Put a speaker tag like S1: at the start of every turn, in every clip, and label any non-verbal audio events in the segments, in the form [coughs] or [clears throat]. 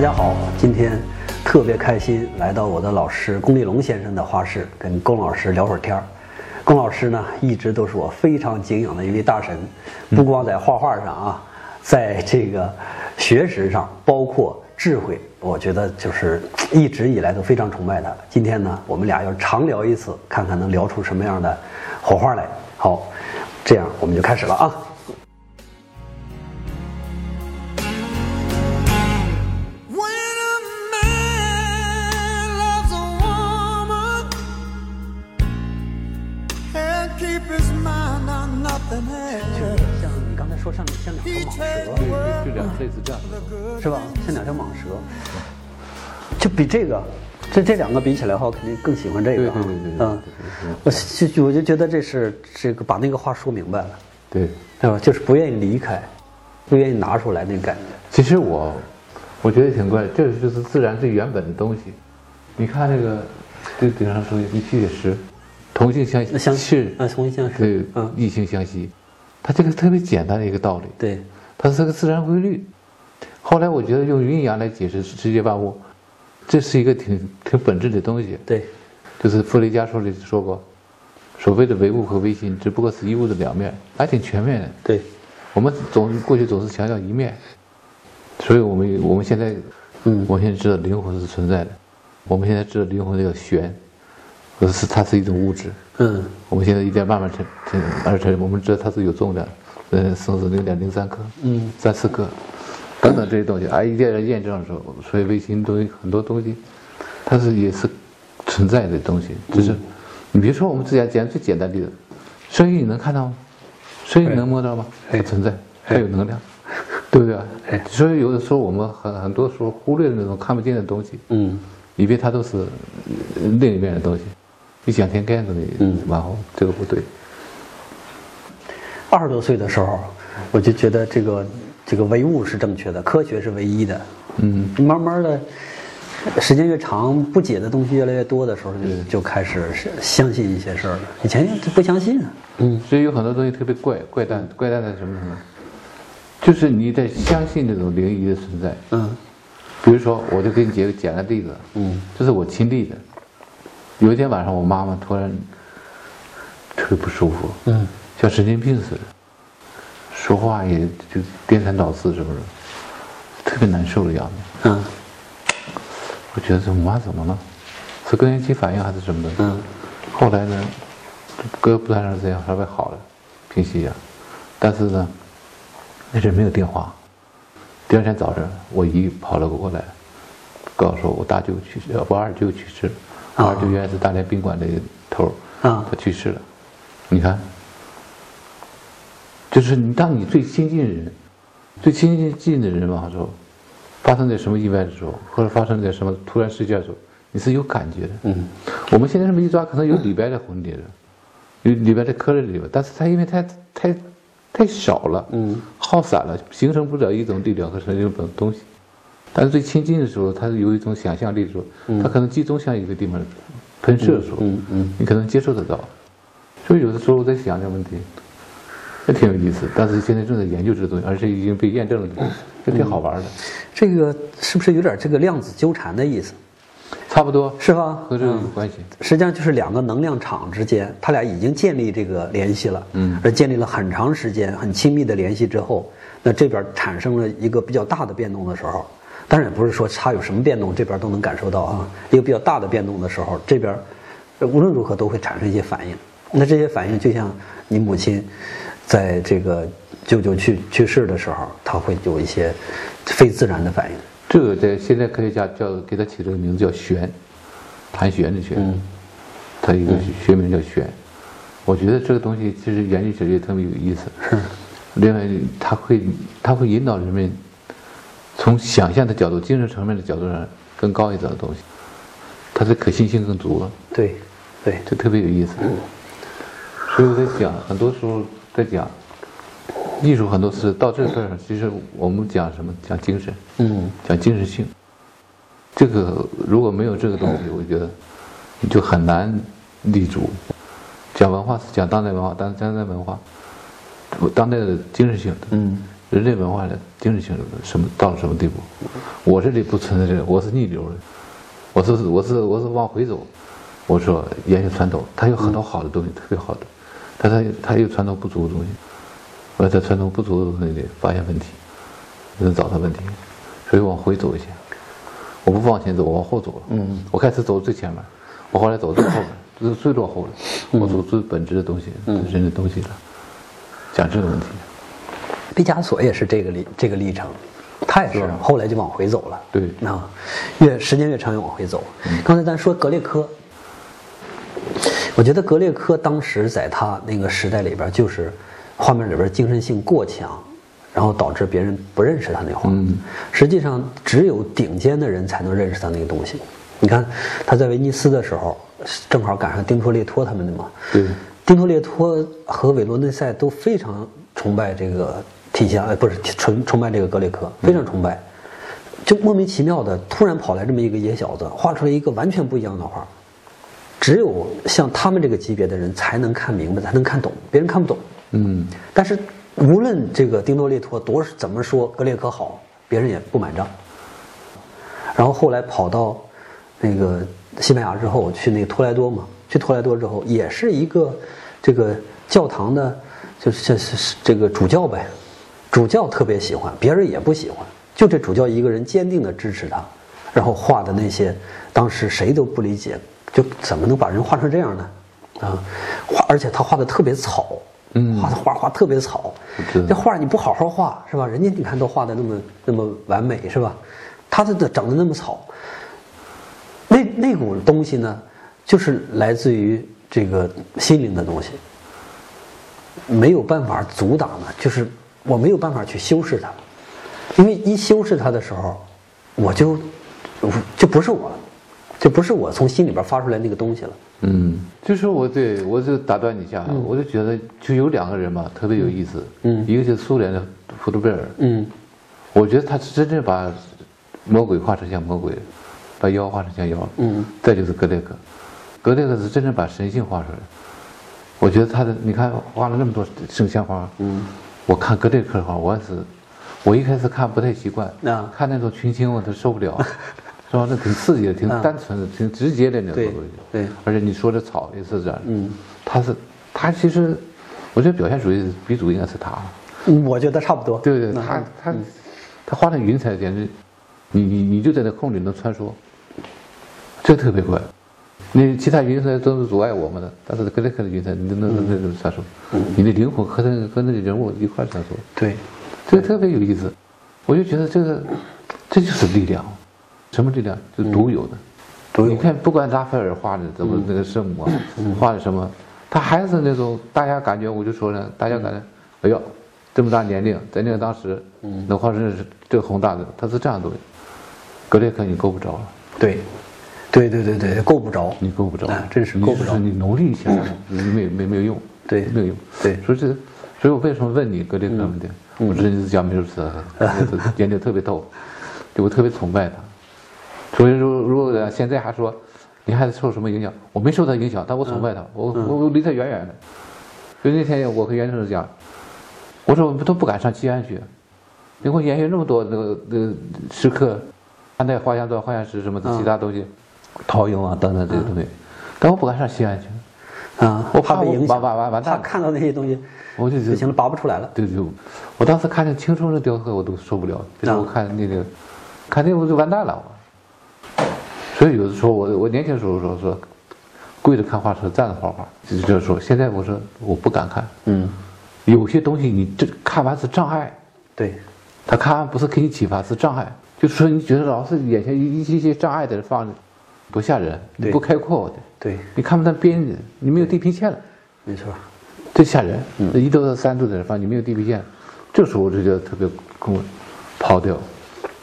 S1: 家好，今天特别开心来到我的老师龚立龙先生的画室，跟龚老师聊会儿天儿。龚老师呢，一直都是我非常敬仰的一位大神，不光在画画上啊，在这个学识上，包括智慧，我觉得就是一直以来都非常崇拜他。今天呢，我们俩要长聊一次，看看能聊出什么样的火花来。好，这样我们就开始了啊。
S2: When a man loves a woman, can't keep his mind on nothing
S1: 就是
S2: else.
S1: 像你刚才说像像两条
S2: He
S1: 蟒
S2: takes
S1: 蛇
S2: the world
S3: 就两类似这样的，
S1: 是吧？像两条蟒蛇，就比这个，这这两个比起来的话，我肯定更喜欢这个啊。
S3: 对对对对对
S1: 嗯，我就就我就觉得这是这个把那个话说明白了，
S3: 对。
S1: 是吧？就是不愿意离开，不愿意拿出来那感觉。
S3: 其实我，我觉得挺怪，这就是自然最原本的东西。你看那个，这顶上说一气石，同性相
S1: 那相
S3: 是，
S1: 啊，重新相
S3: 对
S1: 识，嗯，，
S3: 异性相吸，它这个特别简单的一个道理，
S1: 对，
S3: 它是个自然规律。后来我觉得用阴阳来解释世界万物，这是一个挺挺本质的东西。
S1: 对，
S3: 就是弗雷加说里说过，所谓的唯物和唯心，只不过是一物的两面，还挺全面的。
S1: 对，
S3: 我们总过去总是强调一面，所以我们我们现在，
S1: 嗯
S3: 我们现在知道灵魂是存在的，我们现在知道灵魂这个玄，可是它是一种物质，
S1: 嗯，
S3: 我们现在一点慢慢沉沉而沉，我们知道它是有重量，嗯，甚至零点零三克，
S1: 嗯，
S3: 三四克，等等这些东西，哎，一点点验证的时候，所以微心东西很多东西，它是也是存在的东西，就是、你别说我们之前简最简单的例子，声音你能看到吗？声音你能摸到吗？
S1: 哎
S3: 它存在，它有能量，对不对啊
S1: 哎？
S3: 所以有的时候我们很很多时候忽略了那种看不见的东西，
S1: 嗯，
S3: 以为它都是呃另一面的东西，异想天开的东西，
S1: 嗯
S3: 然后这个不对。
S1: 二十多岁的时候，我就觉得这个这个唯物是正确的，科学是唯一的。
S3: 嗯，
S1: 慢慢的，时间越长，不解的东西越来越多的时候，就就开始是相信一些事儿了。以前就不相信啊。嗯
S3: 所以有很多东西特别怪怪诞，怪诞在什么呢？就是你在相信这种灵异的存在。
S1: 嗯
S3: 比如说，我就给你举个简单例子，
S1: 嗯，
S3: 这是我亲历的。有一天晚上，我妈妈突然特别不舒服，
S1: 嗯
S3: 像神经病似的，说话也就颠三倒四什么的，特别难受的样子。
S1: 嗯
S3: 我觉得这我妈怎么了？是更年期反应还是什么的？
S1: 嗯
S3: 后来呢，隔不断长时间稍微好了，平息一下，但是呢，那阵没有电话。第二天早晨，我姨跑了过来，告诉我我大舅去世，呃我二舅去世了。我二舅原来是大连宾馆的头儿，
S1: 啊
S3: 他去世了。你看，就是你当你最亲近的人、最亲近的人往后，发生点什么意外的时候，或者发生点什么突然事件的时候，你是有感觉的。
S1: 嗯
S3: 我们现在这么一抓，可能有里边的魂体了，有里边的颗粒里边，但是它因为太太太少了，
S1: 嗯，
S3: 耗散了，形成不了一种力量和成一种东西。但是最亲近的时候，它是有一种想象力的时候，它可能集中向一个地方喷射的时候，
S1: 嗯嗯
S3: 你可能接受得到。所以有的时候我在想这个问题，这挺有意思。但是现在正在研究这个东西，而且已经被验证了，这挺好玩的，
S1: 这个是不是有点这个量子纠缠的意思？
S3: 差不多
S1: 是吧？
S3: 和这个有
S1: 嗯
S3: 关系。
S1: 实际上就是两个能量场之间，它俩已经建立这个联系了，
S3: 嗯
S1: 而建立了很长时间、很亲密的联系之后，那这边产生了一个比较大的变动的时候，当然也不是说它有什么变动，这边都能感受到啊，一个比较大的变动的时候，这边呃无论如何都会产生一些反应。那这些反应就像你母亲，在这个舅舅去去世的时候，他会有一些非自然的反应。
S3: 这个在现在科学家叫给它起了个名字叫玄，盘旋的旋，它一个学名叫玄。我觉得这个东西其实研究起来也特别有意思。是。另外，它会它会引导人们从想象的角度、精神层面的角度上更高一层的东西，它的可信性更足了，
S1: 对，对，
S3: 这特别有意思。所以我在讲，很多时候在讲艺术，很多事到这份儿上，其实我们讲什么？讲精神。
S1: 嗯
S3: 讲精神性。这个如果没有这个东西，我觉得你就很难立足。讲文化是讲当代文化，但是当代文化，当代的精神性，
S1: 嗯
S3: 人类文化的精神性什么到了什么地步？我这里不存在这个，我是逆流的，我是我是我是往回走。我说延续传统，它有很多好的东西，特别好的，但它它有传统不足的东西。我要在传统不足的东西里发现问题，能找到问题，所以往回走一些。我不往前走，我往后走了。嗯，我开始走最前面，我后来走最后面，这是最落后的。我走最本质的东西，人的东西了。讲这个问题，
S1: 毕加索也是这个历这个历程，他也是
S3: 是吧
S1: 后来就往回走了。
S3: 对嗯
S1: 啊，越时间越长越往回走。刚才咱说格列科，我觉得格列科当时在他那个时代里边，就是画面里边精神性过强，然后导致别人不认识他那画。
S3: 嗯
S1: 实际上只有顶尖的人才能认识他那个东西。你看他在威尼斯的时候，正好赶上丁托列托他们的嘛。
S3: 对
S1: 丁托列托和韦罗内塞都非常崇拜这个提香，呃，不是崇崇拜这个格雷克，非常崇拜。就莫名其妙的，突然跑来这么一个野小子，画出来一个完全不一样的画。只有像他们这个级别的人才能看明白，才能看懂，别人看不懂。
S3: 嗯，
S1: 但是无论这个丁多列托多怎么说格列科好，别人也不买账。然后后来跑到那个西班牙之后，去那个托莱多嘛，去托莱多之后也是一个这个教堂的，就是这是这个主教呗，主教特别喜欢，别人也不喜欢，就这主教一个人坚定的支持他，然后画的那些当时谁都不理解，就怎么能把人画成这样呢？啊，画而且他画的特别草，
S3: 嗯
S1: 画的画画特别草
S3: 知，道
S1: 这画你不好好画是吧？人家你看都画的那么那么完美是吧？他这整的那么草，那那股东西呢，就是来自于这个心灵的东西，没有办法阻挡的，就是我没有办法去修饰它，因为一修饰它的时候，我就我就不是我了，就不是我从心里边发出来那个东西了。
S3: 嗯，就是我对我就打断你一下啊，我就觉得就有两个人嘛，特别有意思。
S1: 嗯
S3: 一个就是苏联的福特贝尔，
S1: 嗯
S3: 我觉得他是真正把魔鬼画成像魔鬼，把妖画成像妖。
S1: 嗯，
S3: 再就是格列格，格列格是真正把神性画出来。我觉得他的，你看画了那么多圣像画，嗯，我看格列克的画，我也是，我一开始看不太习惯，
S1: 啊
S3: 看那种群星我都受
S1: [laughs]
S3: 不了，是吧？那挺刺激的，挺
S1: 啊
S3: 单纯的，挺直接的那种
S1: 对
S3: 东西。
S1: 对
S3: 而且你说的草也是这样，
S1: 嗯，
S3: 他是他其实，我觉得表现主义鼻祖应该是他。
S1: 嗯我觉得差不多。
S3: 对对，
S1: 嗯
S3: 他他他画那云彩简直，你你你就在那空里能穿梭，这特别快。那其他云彩都是阻碍我们的，但是格雷克的云彩，你能
S1: 嗯
S3: 能能穿梭，你的灵魂和那和那个人物一块穿梭，
S1: 对，
S3: 这个特别有意思。我就觉得这个这就是力量，什么力量？就独有的。
S1: 独有
S3: 你看，不管拉斐尔画的怎么那个圣母啊，画的什么，他还是那种大家感觉，我就说呢，大家感觉，哎呦，这么大年龄，在那个当时，能画成这个宏大的，他是这样的东西。格列克你够不着了，
S1: 对，对对对对，够不着。
S3: 你够不着
S1: 啊，真是
S3: 你
S1: 够不
S3: 就
S1: 着嗯
S3: 你努力一下，你没没没有用，
S1: 对
S3: 没有用，
S1: 对嗯
S3: 所以这，所以我为什么问你格列克问题？我真是讲美术史啊，
S1: [laughs]
S3: 我研究特别透，对我特别崇拜他。所以说，如果现在还说你孩子受什么影响，我没受他影响，但我崇拜他，
S1: 嗯
S3: 我我我离他远远的。所以那天我和袁老师讲，我说我们都不敢上西安去，你给我研究那么多那个那个石刻，汉代画像段、画像石什么
S1: 嗯
S3: 的其他东西，陶俑啊等等这些东西，但我不敢上西安去，
S1: 啊，
S3: 我
S1: 怕
S3: 怕
S1: 被
S3: 我
S1: 影
S3: 完
S1: 响，
S3: 完完完蛋
S1: 怕
S3: 了
S1: 看到那些东西
S3: 我就
S1: 就
S3: 觉
S1: 行
S3: 得
S1: 了，拔不出来了。
S3: 对对，我当时看那青春的雕刻我都受不了，比
S1: 啊
S3: 如我看那个，看那个我就完蛋了我。所以有的时候我我年轻时候说说，跪着看画册，站着画画，就这时候。现在我说我不敢看，
S1: 嗯，
S3: 有些东西你这看完是障碍，
S1: 对，
S3: 他看完不是给你启发，是障碍。就是说你觉得老是眼前一一一些障碍在这放着，不吓人，你
S1: 对
S3: 不开阔的，
S1: 对，
S3: 你看不到边界，你没有地平线了。
S1: 没错。
S3: 这吓人，一度到三度的方，你没有地平线，这时候我就觉得特别空，抛掉。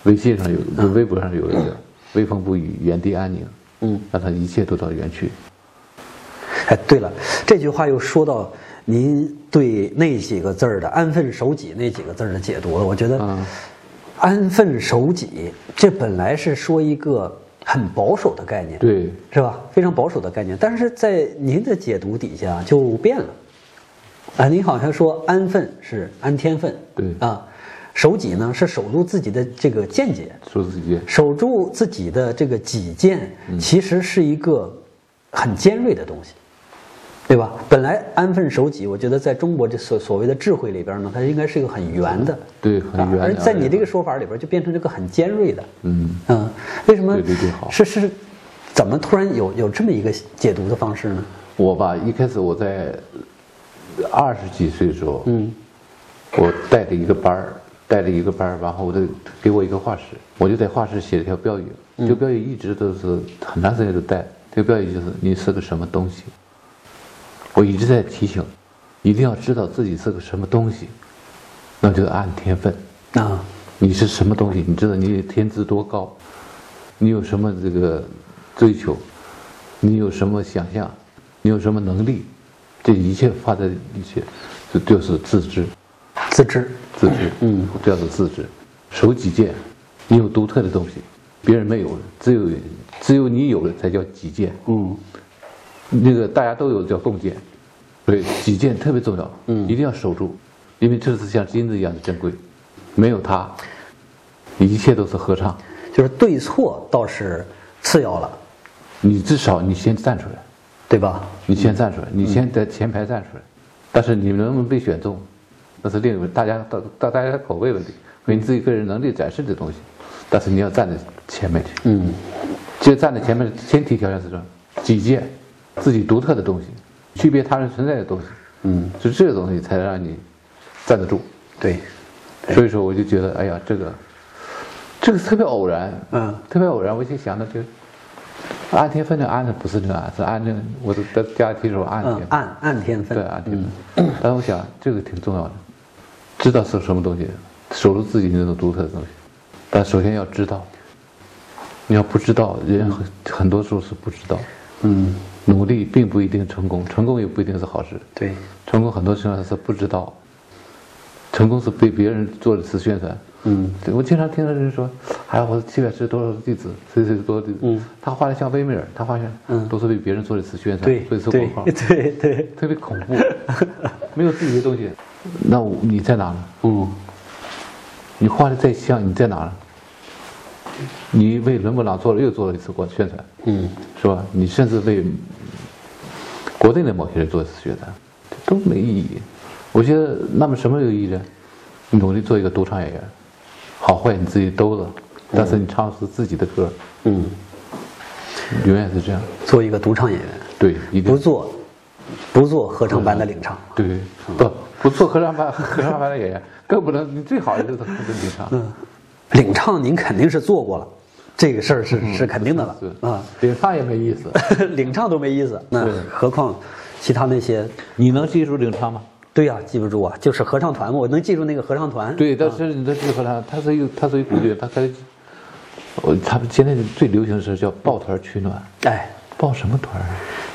S3: 微信上有，微博上有一个“微风不语，原地安宁”，
S1: 嗯，
S3: 让他一切都到原去。
S1: 哎，对了，这句话又说到您对那几个字儿的“安分守己”那几个字儿的解读了。我觉得
S3: 嗯，
S1: “安分守己”这本来是说一个很保守的概念，
S3: 对，
S1: 是吧？非常保守的概念，但是在您的解读底下就变了。啊，您好像说安分是安天分，
S3: 对
S1: 啊，守己呢是守住自己的这个见解，
S3: 说自己
S1: 守住自己的这个己见，
S3: 嗯
S1: 其实是一个很尖锐的东西，对吧？本来安分守己，我觉得在中国这所所谓的智慧里边呢，它应该是一个很圆的，
S3: 对很
S1: 啊
S3: 圆的
S1: 而在你这
S3: 而
S1: 个
S3: 且
S1: 说法里边，就变成这个很尖锐的，
S3: 嗯
S1: 嗯，为什么
S3: 对对对好
S1: 是是怎么突然有有这么一个解读的方式呢？
S3: 我吧，一开始我在二十几岁的时候，嗯，我带着一个班儿，带着一个班儿，然后我就给我一个画室，我就在画室写了一条标语，这个标语一直都是很长时间都带，这个标语就是你是个什么东西。我一直在提醒，一定要知道自己是个什么东西，那就是按天分。
S1: 啊，
S3: 你是什么东西？你知道你天资多高，你有什么这个追求，你有什么想象，你有什么能力，这一切放在一起，这就是自知，
S1: 自知，
S3: 自知，嗯，叫做自知。守己见，你有独特的东西，别人没有的，只有只有你有的才叫己见。
S1: 嗯
S3: 那个大家都有叫共建，所以己见特别重要，嗯，一定要守住，因为这是像金子一样的珍贵，没有它，一切都是合唱。
S1: 就是对错倒是次要了，
S3: 你至少你先站出来，
S1: 对吧？
S3: 你先站出来，你先在前排站出来，但是你能不能被选中，那是另一回事大家大大大家口味问题和你自己个人能力展示的东西，但是你要站在前面去，
S1: 嗯，
S3: 就站在前面，先提条件是什么？己见，自己独特的东西，区别他人存在的东西，嗯，就这个东西才让你站得住。
S1: 对，
S3: 所以说，我就觉得，哎呀，这个，这个特别偶然，
S1: 嗯
S3: 特别偶然，我就想到就。按天分的按的不是那个按，是按那个我的在家提手按
S1: 嗯
S3: 天，，
S1: 暗暗天分，
S3: 对按天分。但我想这个挺重要的，知道是什么东西，守住自己那种独特的东西，但首先要知道。你要不知道，人很很多时候是不知道。
S1: 嗯，
S3: 努力并不一定成功，成功也不一定是好事。
S1: 对，
S3: 成功很多情况下是不知道，成功是被别人做的是宣传。
S1: 嗯
S3: 对，我经常听到人说，哎，我七百是多少弟子，谁谁多少弟子，
S1: 嗯
S3: 他画的像威美尔，他画像，
S1: 嗯
S3: 都是被别人做的是宣传，
S1: 对
S3: 做的是
S1: 对 [laughs]
S3: 广告，
S1: 对对，
S3: 特别恐
S1: [laughs]
S3: 怖，没有自己的东西。那我你在哪呢？
S1: 嗯
S3: 你画的再像，你在哪呢？你为伦勃朗做了又做了一次广宣传，
S1: 嗯，
S3: 是吧？你甚至为国内的某些人做学的，这都没意义。我觉得，那么什么有意义呢？你努力做一个独唱演员，好坏你自己兜着，但是你唱的是自己的歌，
S1: 嗯，
S3: 永远是这样。
S1: 做一个独唱演员，
S3: 对，一定嗯
S1: 不做不做合唱班的领唱，
S3: 对，不不做合唱班合唱班的演员，更不能。你最好的就是自己唱，
S1: 领唱您肯定是做过了，这个事儿是是肯定的
S3: 嗯是
S1: 了啊， [laughs]
S3: 领唱也没意思。
S1: 领唱都没意思，那
S3: 对
S1: 何况其他那些。
S3: [laughs] 你能记住领唱吗？
S1: 对呀、记不住啊，就是合唱团嘛，我能记住那个合唱团。啊
S3: 对，但是你的这个呢，它是一个，它是一个鼓乐，它它，我他们现在最流行的是叫抱团取暖，
S1: 哎，
S3: 抱什么团啊？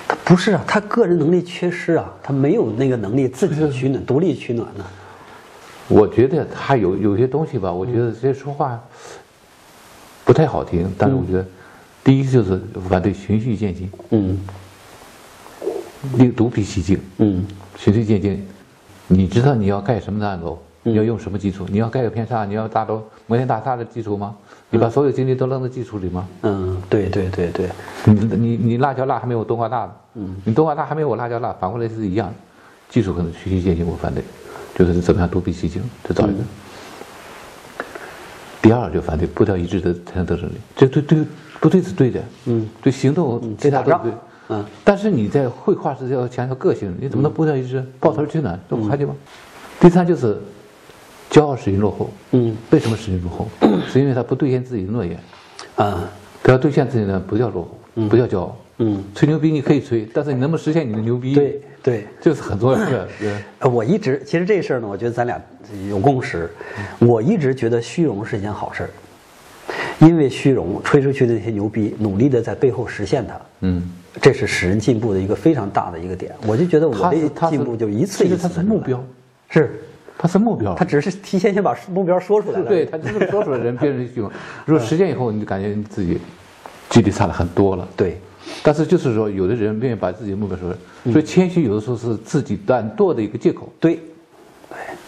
S1: 他不是啊，他个人能力缺失啊，他没有那个能力自己取暖、独立取暖呢、
S3: 我觉得他有有些东西吧，我觉得这说话不太好听，但是我觉得，第一就是反对循序渐进，
S1: 嗯
S3: 你独辟蹊径，
S1: 嗯
S3: 循序渐进。你知道你要盖什么大楼，你要用什么基础？你要盖个偏差，你要大楼摩天大厦的基础吗？你把所有精力都扔在基础里吗？
S1: 嗯，对对对对，
S3: 你你你辣椒辣还没有我冬瓜辣呢，你冬瓜辣还没有我辣椒辣，反过来是一样的。技术可能循序渐进，我反对，就是怎么样独辟蹊径，这造一个。第二就反对步调一致的才能得胜利，这对对不对是对的，嗯，对行动这
S1: 打
S3: 他都
S1: 仗
S3: 对，
S1: 嗯，
S3: 但是你在绘画是要强调个性，你怎么能步调一致？抱团取暖，这不还对吗？第三就是骄傲使劲落后，
S1: 嗯，
S3: 为什么使劲落后？是因为他不兑现自己的诺言，
S1: 啊
S3: 他要兑现自己的不叫落后，不叫骄傲，
S1: 嗯，
S3: 吹牛逼你可以吹，但是你能不能实现你的牛逼？
S1: 对，对。
S3: 这是很重
S1: [coughs]
S3: 要的。对
S1: 呃我一直其实这事儿呢，我觉得咱俩有共识。我一直觉得虚荣是一件好事儿，因为虚荣吹出去的那些牛逼，努力的在背后实现它，
S3: 嗯，
S1: 这是使人进步的一个非常大的一个点。我就觉得我
S3: 他是
S1: 的
S3: 他是
S1: 进步就一次
S3: 其
S1: 一
S3: 实
S1: 次
S3: 他
S1: 地
S3: 是目
S1: 来
S3: 标，，
S1: 是
S3: 他是目标，
S1: 他只是提前先把目标说出来了。
S3: 对他就是说出来人别人就喜欢。如果实践以后，你就感觉你自己距离差了很多了。
S1: 对，
S3: 但是就是说，有的人愿意把自己的目标说出
S1: 嗯
S3: 来，所以谦虚有的时候是自己懒惰的一个借口。
S1: 对，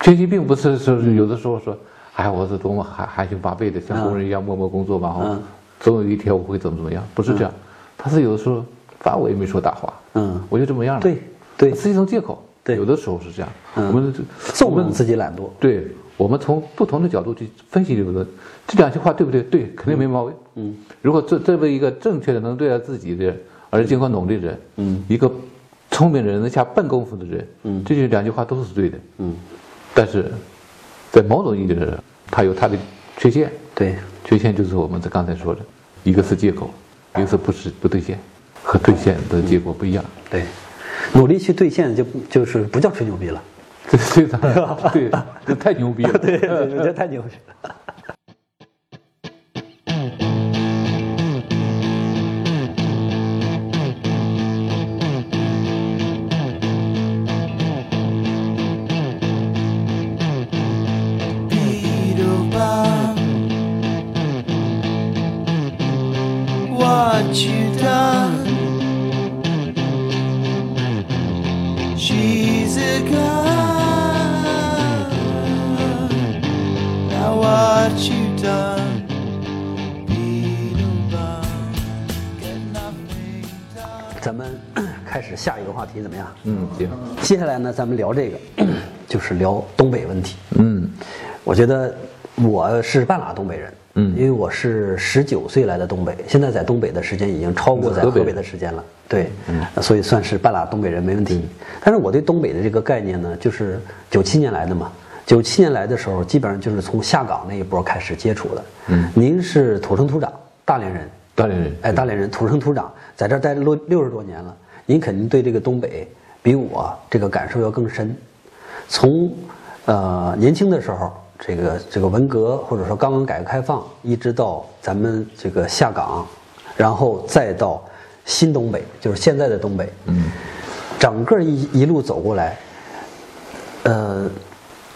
S3: 谦虚并不是说有的时候说，哎，我是多么含含胸八背的，像工人一样默默工作嘛，哈
S1: 嗯，
S3: 总有一天我会怎么怎么样，不是这样，他是有的时候，反正我也没说大话，
S1: 嗯
S3: 我就这么样了，
S1: 对对
S3: 是一种借口，
S1: 对
S3: 有的时候是这样，
S1: 嗯
S3: 我们这
S1: 纵容自己懒惰。
S3: 对，我们从不同的角度去分析这个问题，这两句话对不对？对，肯定没毛病。嗯，如果这这么一个正确的能对待自己
S1: 嗯
S3: 的人，而尽管努力的人，嗯，一个聪明人能下笨功夫的人，嗯，这句两句话都是对的。
S1: 嗯，
S3: 但是在某种意义上，它有它的缺陷。
S1: 对，
S3: 缺陷就是我们在刚才说的，一个是借口，一个是不实不兑现，和兑现的结果不一样。
S1: 对，努力去兑现就就是不叫吹牛逼了，
S3: 这这当然对，这太牛逼 [laughs] 了。
S1: [laughs] 对，我觉得太牛逼了。
S2: Peter Pan. What you done? She's a girl. Now what you done? Peter Pan. Get nothing done.
S1: 咱们 [coughs] 开始下一个话题怎么样？
S3: 嗯，行，
S1: 接下来呢，咱们聊这个， [clears throat] 就是聊东北问题。
S3: 嗯
S1: 我觉得我是半拉东北人，
S3: 嗯
S1: 因为我是十九岁来的东北，现在在东北的时间已经超过在河
S3: 河北
S1: 北的嗯时间了，对，所以算是半拉东北人没问题。但是我对东北的这个概念呢，就是九七年来的嘛。九七年来的时候，基本上就是从下岗那一波开始接触的。嗯，您是土生土长大连人，
S3: 大连人。
S1: 哎，大连人土生土长，在这儿待了六六十多年了，您肯定对这个东北比我这个感受要更深。从呃年轻的时候，这个这个文革或者说刚刚改革开放，一直到咱们这个下岗，然后再到新东北，就是现在的东北，嗯，整个一一路走过来，呃，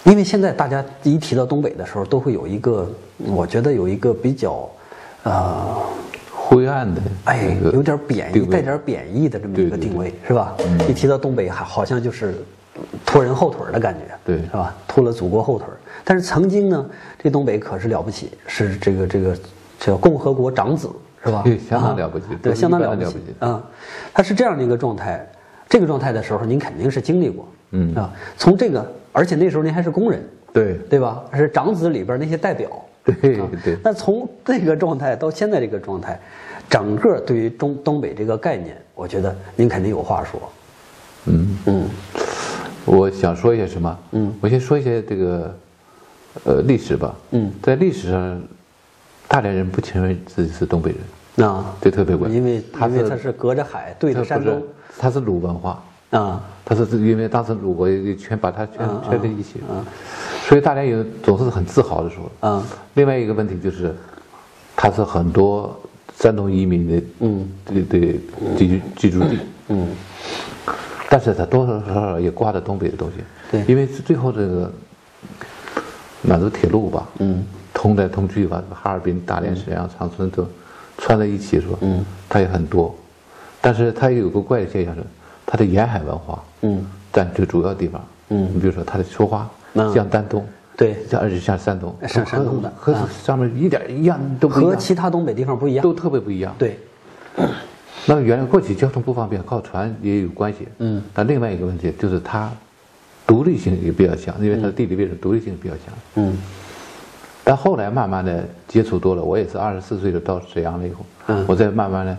S1: 因为现在大家一提到东北的时候，都会有一个，我觉得有一个比较，呃。
S3: 灰暗的，
S1: 哎，有点贬义，
S3: 定位
S1: 带点贬义的这么一个
S3: 对对对嗯
S1: 定位，是吧？一提到东北，好好像就是拖人后腿儿的感觉，
S3: 对
S1: 是吧？拖了祖国后腿儿。但是曾经呢，这东北可是了不起，是这个这个叫共和国长子，是吧？
S3: 对相当了不起
S1: 啊
S3: 不
S1: 对，
S3: 是
S1: 相当
S3: 一
S1: 了
S3: 般的
S1: 不
S3: 了
S1: 起
S3: 不起。
S1: 啊，他是这样的一个状态。这个状态的时候，您肯定是经历过，
S3: 嗯
S1: 啊，从这个，而且那时候您还是工人，
S3: 对
S1: 对吧？是长子里边那些代表。
S3: 对
S1: 啊
S3: 对
S1: 那从这个状态到现在这个状态，整个对于中东北这个概念，我觉得您肯定有话说。
S3: 嗯，
S1: 嗯
S3: 我想说一些什么？
S1: 嗯
S3: 我先说一些这个，呃，历史吧。
S1: 嗯，
S3: 在历史上，大连人不承认自己是东北人，
S1: 那
S3: 这特别怪，
S1: 因为
S3: 他
S1: 因为
S3: 是
S1: 它是隔着海对
S3: 他
S1: 着山
S3: 不是
S1: 东
S3: 他是鲁文化，
S1: 啊，
S3: 他是因为当时鲁国一圈把他圈
S1: 嗯
S3: 圈在一起，所以大连有总是很自豪的说。
S1: 嗯，
S3: 另外一个问题就是，他是很多山东移民的，
S1: 嗯，
S3: 对对，居住居住地，嗯，但是他多多少少也挂着东北的东西，
S1: 对
S3: 因为最后这个满洲铁路吧，嗯，通来通去吧，哈尔滨、大连、沈阳、长春都串在一起是吧？嗯，它也很多，但是它也有个怪的现象是，它的沿海文化，
S1: 嗯，
S3: 占最主要地方，嗯，你比如说它的说话
S1: 嗯
S3: 像丹东，
S1: 对
S3: 像而且像山东，
S1: 像山东的啊
S3: 和和上面一点一样都不一
S1: 和
S3: 样，
S1: 其他东北地方不一样。
S3: 都特别不一样。
S1: 对，
S3: 那么原来过去交通不方便，靠船也有关系。嗯，但另外一个问题就是它独立性也比较强，因为它的地理位置独立性比较强。
S1: 嗯
S3: 但后来慢慢的接触多了，我也是二十四岁的到沈阳了以后，
S1: 嗯
S3: 我再慢慢的，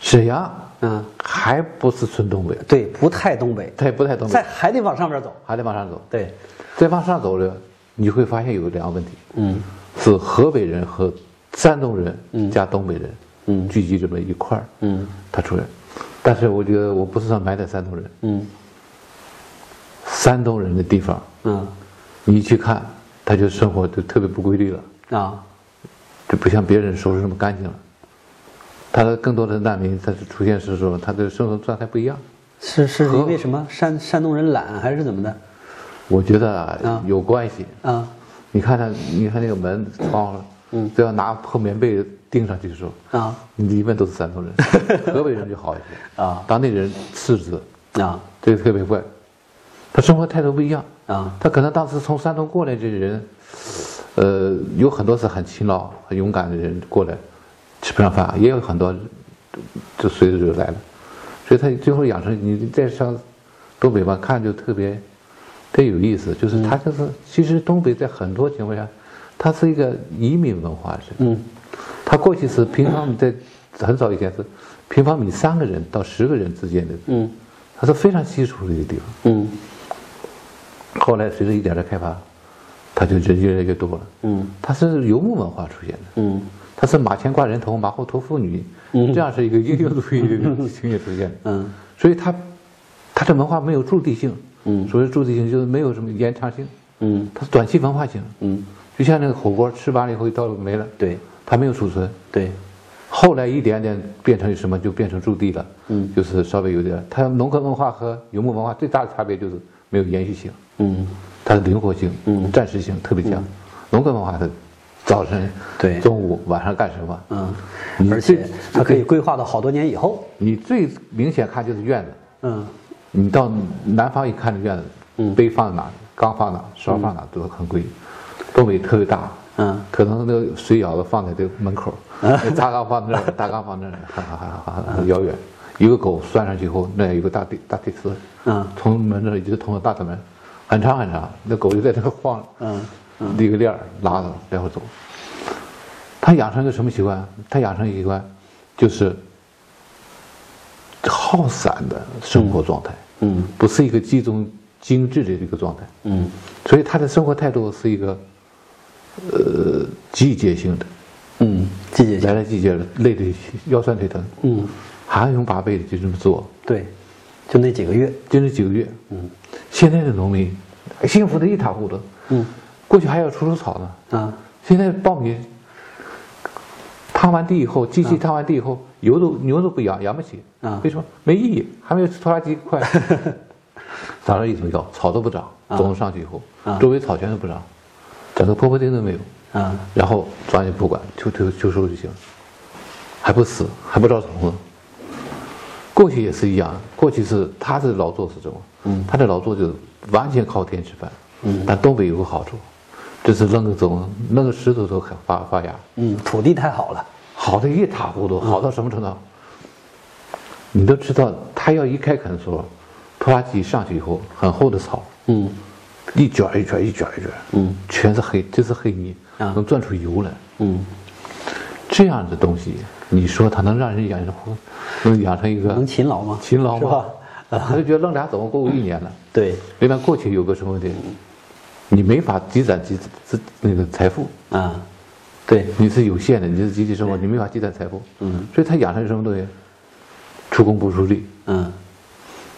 S3: 沈阳
S1: 嗯，
S3: 还不是纯东北，
S1: 对，不太东北，
S3: 它也不太东
S1: 在
S3: 北，
S1: 还得往上边走。
S3: 还得往上走。
S1: 对，
S3: 再往上走了，你会发现有两个问题，
S1: 嗯
S3: 是河北人和山东人加东北人，
S1: 嗯
S3: 聚集这么一块儿，
S1: 嗯
S3: 他出来。但是我觉得我不是说埋汰山东人，
S1: 嗯
S3: 山东人的地方，
S1: 嗯
S3: 你一去看，他就生活就特别不规律了，
S1: 啊，
S3: 就不像别人收拾那么干净了。他的更多的难民，他是出现是说他的生活状态不一样。
S1: 是是
S3: 和
S1: 因为什么山山东人懒还是怎么的
S3: 我觉得啊
S1: 啊
S3: 有关系。
S1: 啊？
S3: 你看他，你看那个门窗户，嗯，都要拿破棉被钉上去的时候，
S1: 啊
S3: 你一问都是山东人，河北人就好一些
S1: 啊
S3: 当地人赤子，
S1: 啊
S3: 这个特别怪，他生活态度不一样
S1: 啊
S3: 他可能当时从山东过来这人，呃，有很多是很勤劳、很勇敢的人过来，吃不上饭，也有很多就随着就来了，所以他最后养成你再上东北吧看就特别特别有意思，就是他就是、其实东北在很多情况下，它是一个移民文化是，
S1: 嗯，
S3: 他过去是平方米在很早以前是平方米三个人到十个人之间的，
S1: 嗯，
S3: 它是非常稀疏的一个地方。
S1: 嗯
S3: 后来随着一点的开发，它就人越来越多了。
S1: 嗯，
S3: 它是游牧文化出现的。
S1: 嗯
S3: 它是马前挂人头，马后驮妇女，这样是一个英雄主义的情节出现的。
S1: [laughs] 嗯，
S3: 所以它，它这文化没有驻地性。
S1: 嗯
S3: 所谓驻地性就是没有什么延长性，
S1: 嗯
S3: 它是短期文化性。
S1: 嗯，
S3: 就像那个火锅吃完了以后到了没了，
S1: 对
S3: 它没有储存。
S1: 对，
S3: 后来一点点变成什么，就变成驻地了。
S1: 嗯
S3: 就是稍微有点，它农耕文化和游牧文化最大的差别就是没有延续性。
S1: 嗯
S3: 它的灵活性、
S1: 嗯
S3: 暂时性特别强。农耕文化它早晨、
S1: 对
S3: 中午、晚上干什么？
S1: 嗯
S3: 你，
S1: 而
S3: 这
S1: 且它可以规划到好多年以后。
S3: 你最明显看就是院子，
S1: 嗯
S3: 你到南方一看这院子，
S1: 嗯
S3: 杯放哪，缸放哪，勺放哪都很贵。东北特别大，
S1: 嗯
S3: 可能那个水舀子放在这个门口，那大缸放那儿，大缸放那儿，哈哈哈哈，很遥远。一个狗拴上去以后，那有个大地大地丝，
S1: 嗯
S3: 从门那儿一直通到大侧门，很长很长，那狗就在那儿晃，
S1: 嗯
S3: 立个链儿拉着，然后走。他养成一个什么习惯？他养成一个习惯，就是耗散的生活状态，
S1: 嗯
S3: 不是一个集中精致的这个状态。
S1: 嗯
S3: 所以他的生活态度是一个，呃，季节性的，
S1: 嗯，季节
S3: 来
S1: 性。
S3: 了季节了，累得腰酸腿疼，
S1: 嗯，
S3: 含胸拔背的就这么做，
S1: 对，就那几个月。
S3: 就这几个月。嗯，现在的农民幸福的一塌糊涂，
S1: 嗯
S3: 过去还要除除草呢，
S1: 啊
S3: 现在苞米摊完地以后，机器摊完地以后，油都牛都不养，养不起。
S1: 啊
S3: 为什么？没意义，还没有拖拉机
S1: [laughs]
S3: 快。早上一头摇，草都不长，
S1: 啊
S3: 总上去以后，
S1: 啊
S3: 周围草全都不长，整个坡坡丁都没有。
S1: 啊
S3: 然后咱也不管，秋秋秋收就行，还不死，还不招虫子。过去也是一样，过去是他的劳作是什么？嗯，他的劳作就是完全靠天吃饭。嗯，但东北有个好处，就是扔个种，扔个石头都开发发芽，
S1: 嗯，土地太好了。
S3: 好的一塌糊涂，好到什么程度？你都知道，他要一开垦的时候，拖拉机上去以后，很厚的草，
S1: 嗯
S3: 一卷儿一卷儿一卷儿一卷儿，
S1: 嗯，
S3: 全是黑，这是黑泥，
S1: 啊
S3: 能攥出油来。
S1: 嗯，
S3: 这样的东西，你说它能让人养成，能养成一个
S1: 能勤劳吗？
S3: 勤劳
S1: 是
S3: 吗
S1: 吧？？
S3: [laughs] 他就觉得愣俩总够一年了。
S1: 对
S3: 另外，过去有个什么问题，你没法积攒积积那个财富，
S1: 啊，对，
S3: 你是有限的，你是集体生活，你没法积攒财富。
S1: 嗯，
S3: 所以他养成什么东西，出工不出力。
S1: 嗯，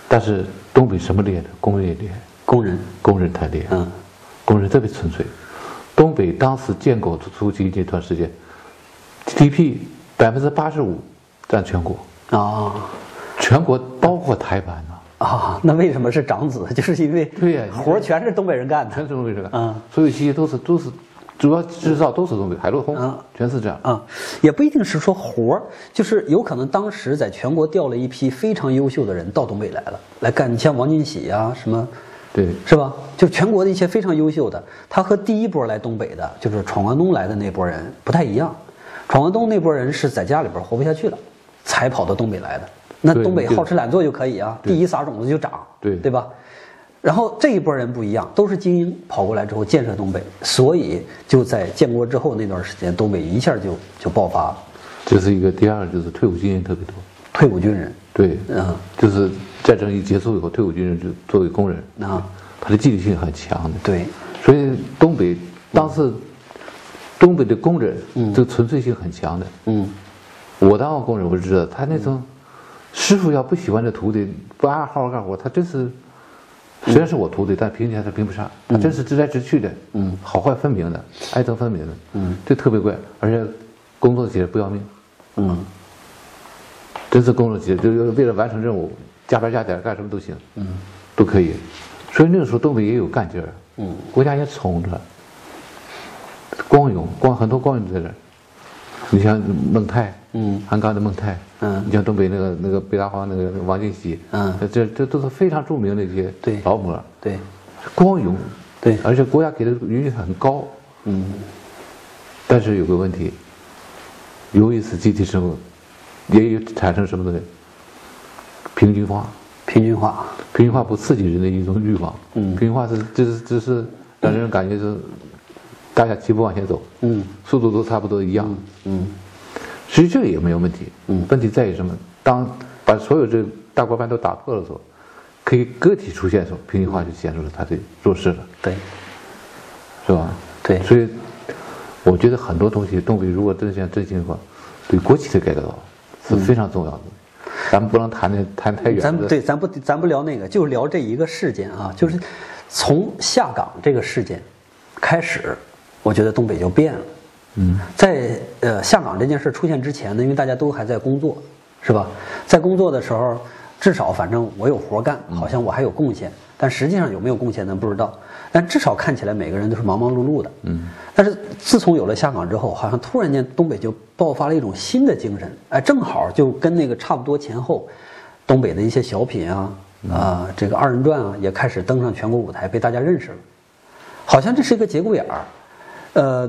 S3: 但是东北什么厉害的？工人也厉害，
S1: 工人。
S3: 工人太厉害。
S1: 嗯
S3: 工人特别纯粹。东北当时建国初期这段时间，GDP 百分之八十五占全国，
S1: 啊
S3: 全国包括台湾呢、
S1: 啊，那为什么是长子？ [laughs] 就是因为
S3: 对呀
S1: 活儿全是东北人干
S3: 全
S1: 的。
S3: 是东北人。
S1: 嗯，
S3: 所有企业都是都是，主要制造都是东北，海陆空
S1: 嗯，
S3: 全是这样。
S1: 啊，也不一定是说活儿，就是有可能当时在全国调了一批非常优秀的人到东北来了，来干。你像王金喜啊，什么，
S3: 对，
S1: 是吧？就全国的一些非常优秀的，他和第一波来东北的，就是闯关东来的那波人不太一样。闯关东那波人是在家里边活不下去了，才跑到东北来的。那
S3: 对
S1: 东北
S3: 对
S1: 好吃懒做就可以啊，
S3: 对
S1: 第一撒种子就长，
S3: 对
S1: 对吧？然后这一波人不一样，都是精英跑过来之后建设东北，所以就在建国之后那段时间，东北一下就就爆发了，
S3: 这是一个。第二就是退伍军人特别多，
S1: 退伍军人，
S3: 对，
S1: 嗯
S3: 就是战争一结束以后，退伍军人就作为工人，
S1: 啊，
S3: 他的纪律性很强的。
S1: 对，
S3: 所以东北当时东北的工人，这个纯粹性很强的。
S1: 嗯
S3: 我当过工人，我就知道他那种师傅要不喜欢这徒弟，不按号干活，他真是虽然是我徒弟，但评价他评不上，他真是直来直去的，嗯，好坏分明的，爱憎分明的，嗯，这特别怪，而且工作起来不要命，
S1: 嗯
S3: 真是工作起来就是为了完成任务，加班加点干什么都行，嗯，都可以，所以那个时候东北也有干劲儿，嗯，国家也宠着，光荣光很多光荣在这儿，你像孟泰，
S1: 嗯，
S3: 鞍钢的孟泰，
S1: 嗯
S3: 你像东北那个那个北大荒那个王金喜，
S1: 嗯
S3: 这这都是非常著名的一些
S1: 对
S3: 劳模，
S1: 对，
S3: 光荣，
S1: 对
S3: 而且国家给的允许很高，嗯，但是有个问题，由于此集体生活，也有产生什么呢？平均化，
S1: 平均化，
S3: 平均化不刺激人的一种欲望。
S1: 嗯
S3: 平均化是就是就是让人感觉是大家齐步往前走，
S1: 嗯
S3: 速度都差不多一样。
S1: 嗯
S3: 其实这也没有问题。
S1: 嗯
S3: 问题在于什么？当把所有这大锅饭都打破了的时候，可以个体出现的时候，平均化就显示了它的弱势了，
S1: 对
S3: 是吧？
S1: 对
S3: 所以我觉得很多东西，东北如果真想真心的话，对国企的改革是非常重要的。咱们不能谈的谈太远
S1: 嗯
S3: 了。
S1: 咱们对咱不咱不聊那个，就聊这一个事件啊，就是从下岗这个事件开始，我觉得东北就变了。嗯，在呃下岗这件事出现之前呢，因为大家都还在工作，是吧？在工作的时候，至少反正我有活干，
S3: 嗯
S1: 好像我还有贡献，但实际上有没有贡献咱不知道。但至少看起来每个人都是忙忙碌碌的。嗯，但是自从有了下岗之后，好像突然间东北就爆发了一种新的精神，哎，正好就跟那个差不多前后。东北的一些小品啊，啊、这个二人转啊，也开始登上全国舞台，被大家认识了。好像这是一个节骨眼儿。呃，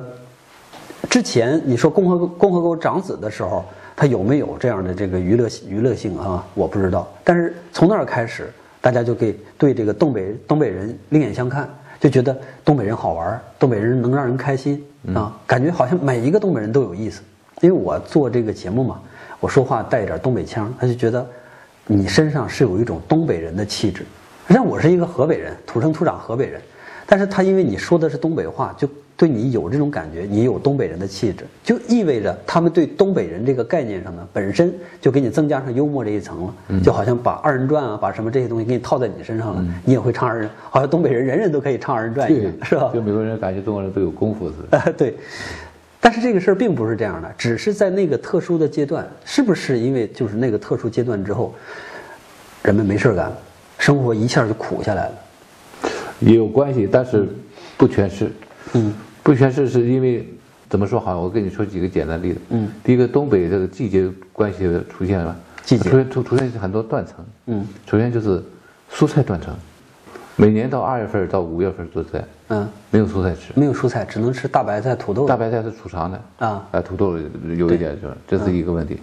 S1: 之前你说共和共和国长子的时候，他有没有这样的这个娱乐娱乐性啊？我不知道。但是从那儿开始，大家就给对这个东北东北人另眼相看，就觉得东北人好玩儿，东北人能让人开心啊，感觉好像每一个东北人都有意思。因为我做这个节目嘛，我说话带一点东北腔儿，他就觉得你身上是有一种东北人的气质。像我是一个河北人，土生土长河北人，但是他因为你说的是东北话，就对你有这种感觉，你有东北人的气质，就意味着他们对东北人这个概念上呢，本身就给你增加上幽默这一层了，
S3: 嗯
S1: 就好像把二人转啊，把什么这些东西给你套在你身上了，你也会唱二人，好像东北人人人都可以唱二人转一样
S3: 对，，
S1: 是吧？
S3: 就美国人感觉中国人都有功夫似
S1: [laughs]
S3: 的。
S1: 啊，对。但是这个事儿并不是这样的，只是在那个特殊的阶段，是不是因为就是那个特殊阶段之后，人们没事儿干，生活一下就苦下来了。
S3: 也有关系，但是不全是。
S1: 嗯，
S3: 不全是是因为怎么说好？我跟你说几个简单例子。
S1: 嗯，
S3: 第一个，东北这个季节关系的出现了，
S1: 季节
S3: 出现出出现很多断层。
S1: 嗯
S3: 首先就是蔬菜断层，每年到二月份到五月份都在
S1: 嗯，
S3: 没有蔬菜吃，
S1: 没有蔬菜，只能吃大白菜、土豆。
S3: 大白菜是储藏的
S1: 嗯啊
S3: 啊，土豆有一点就是，这是一个问题。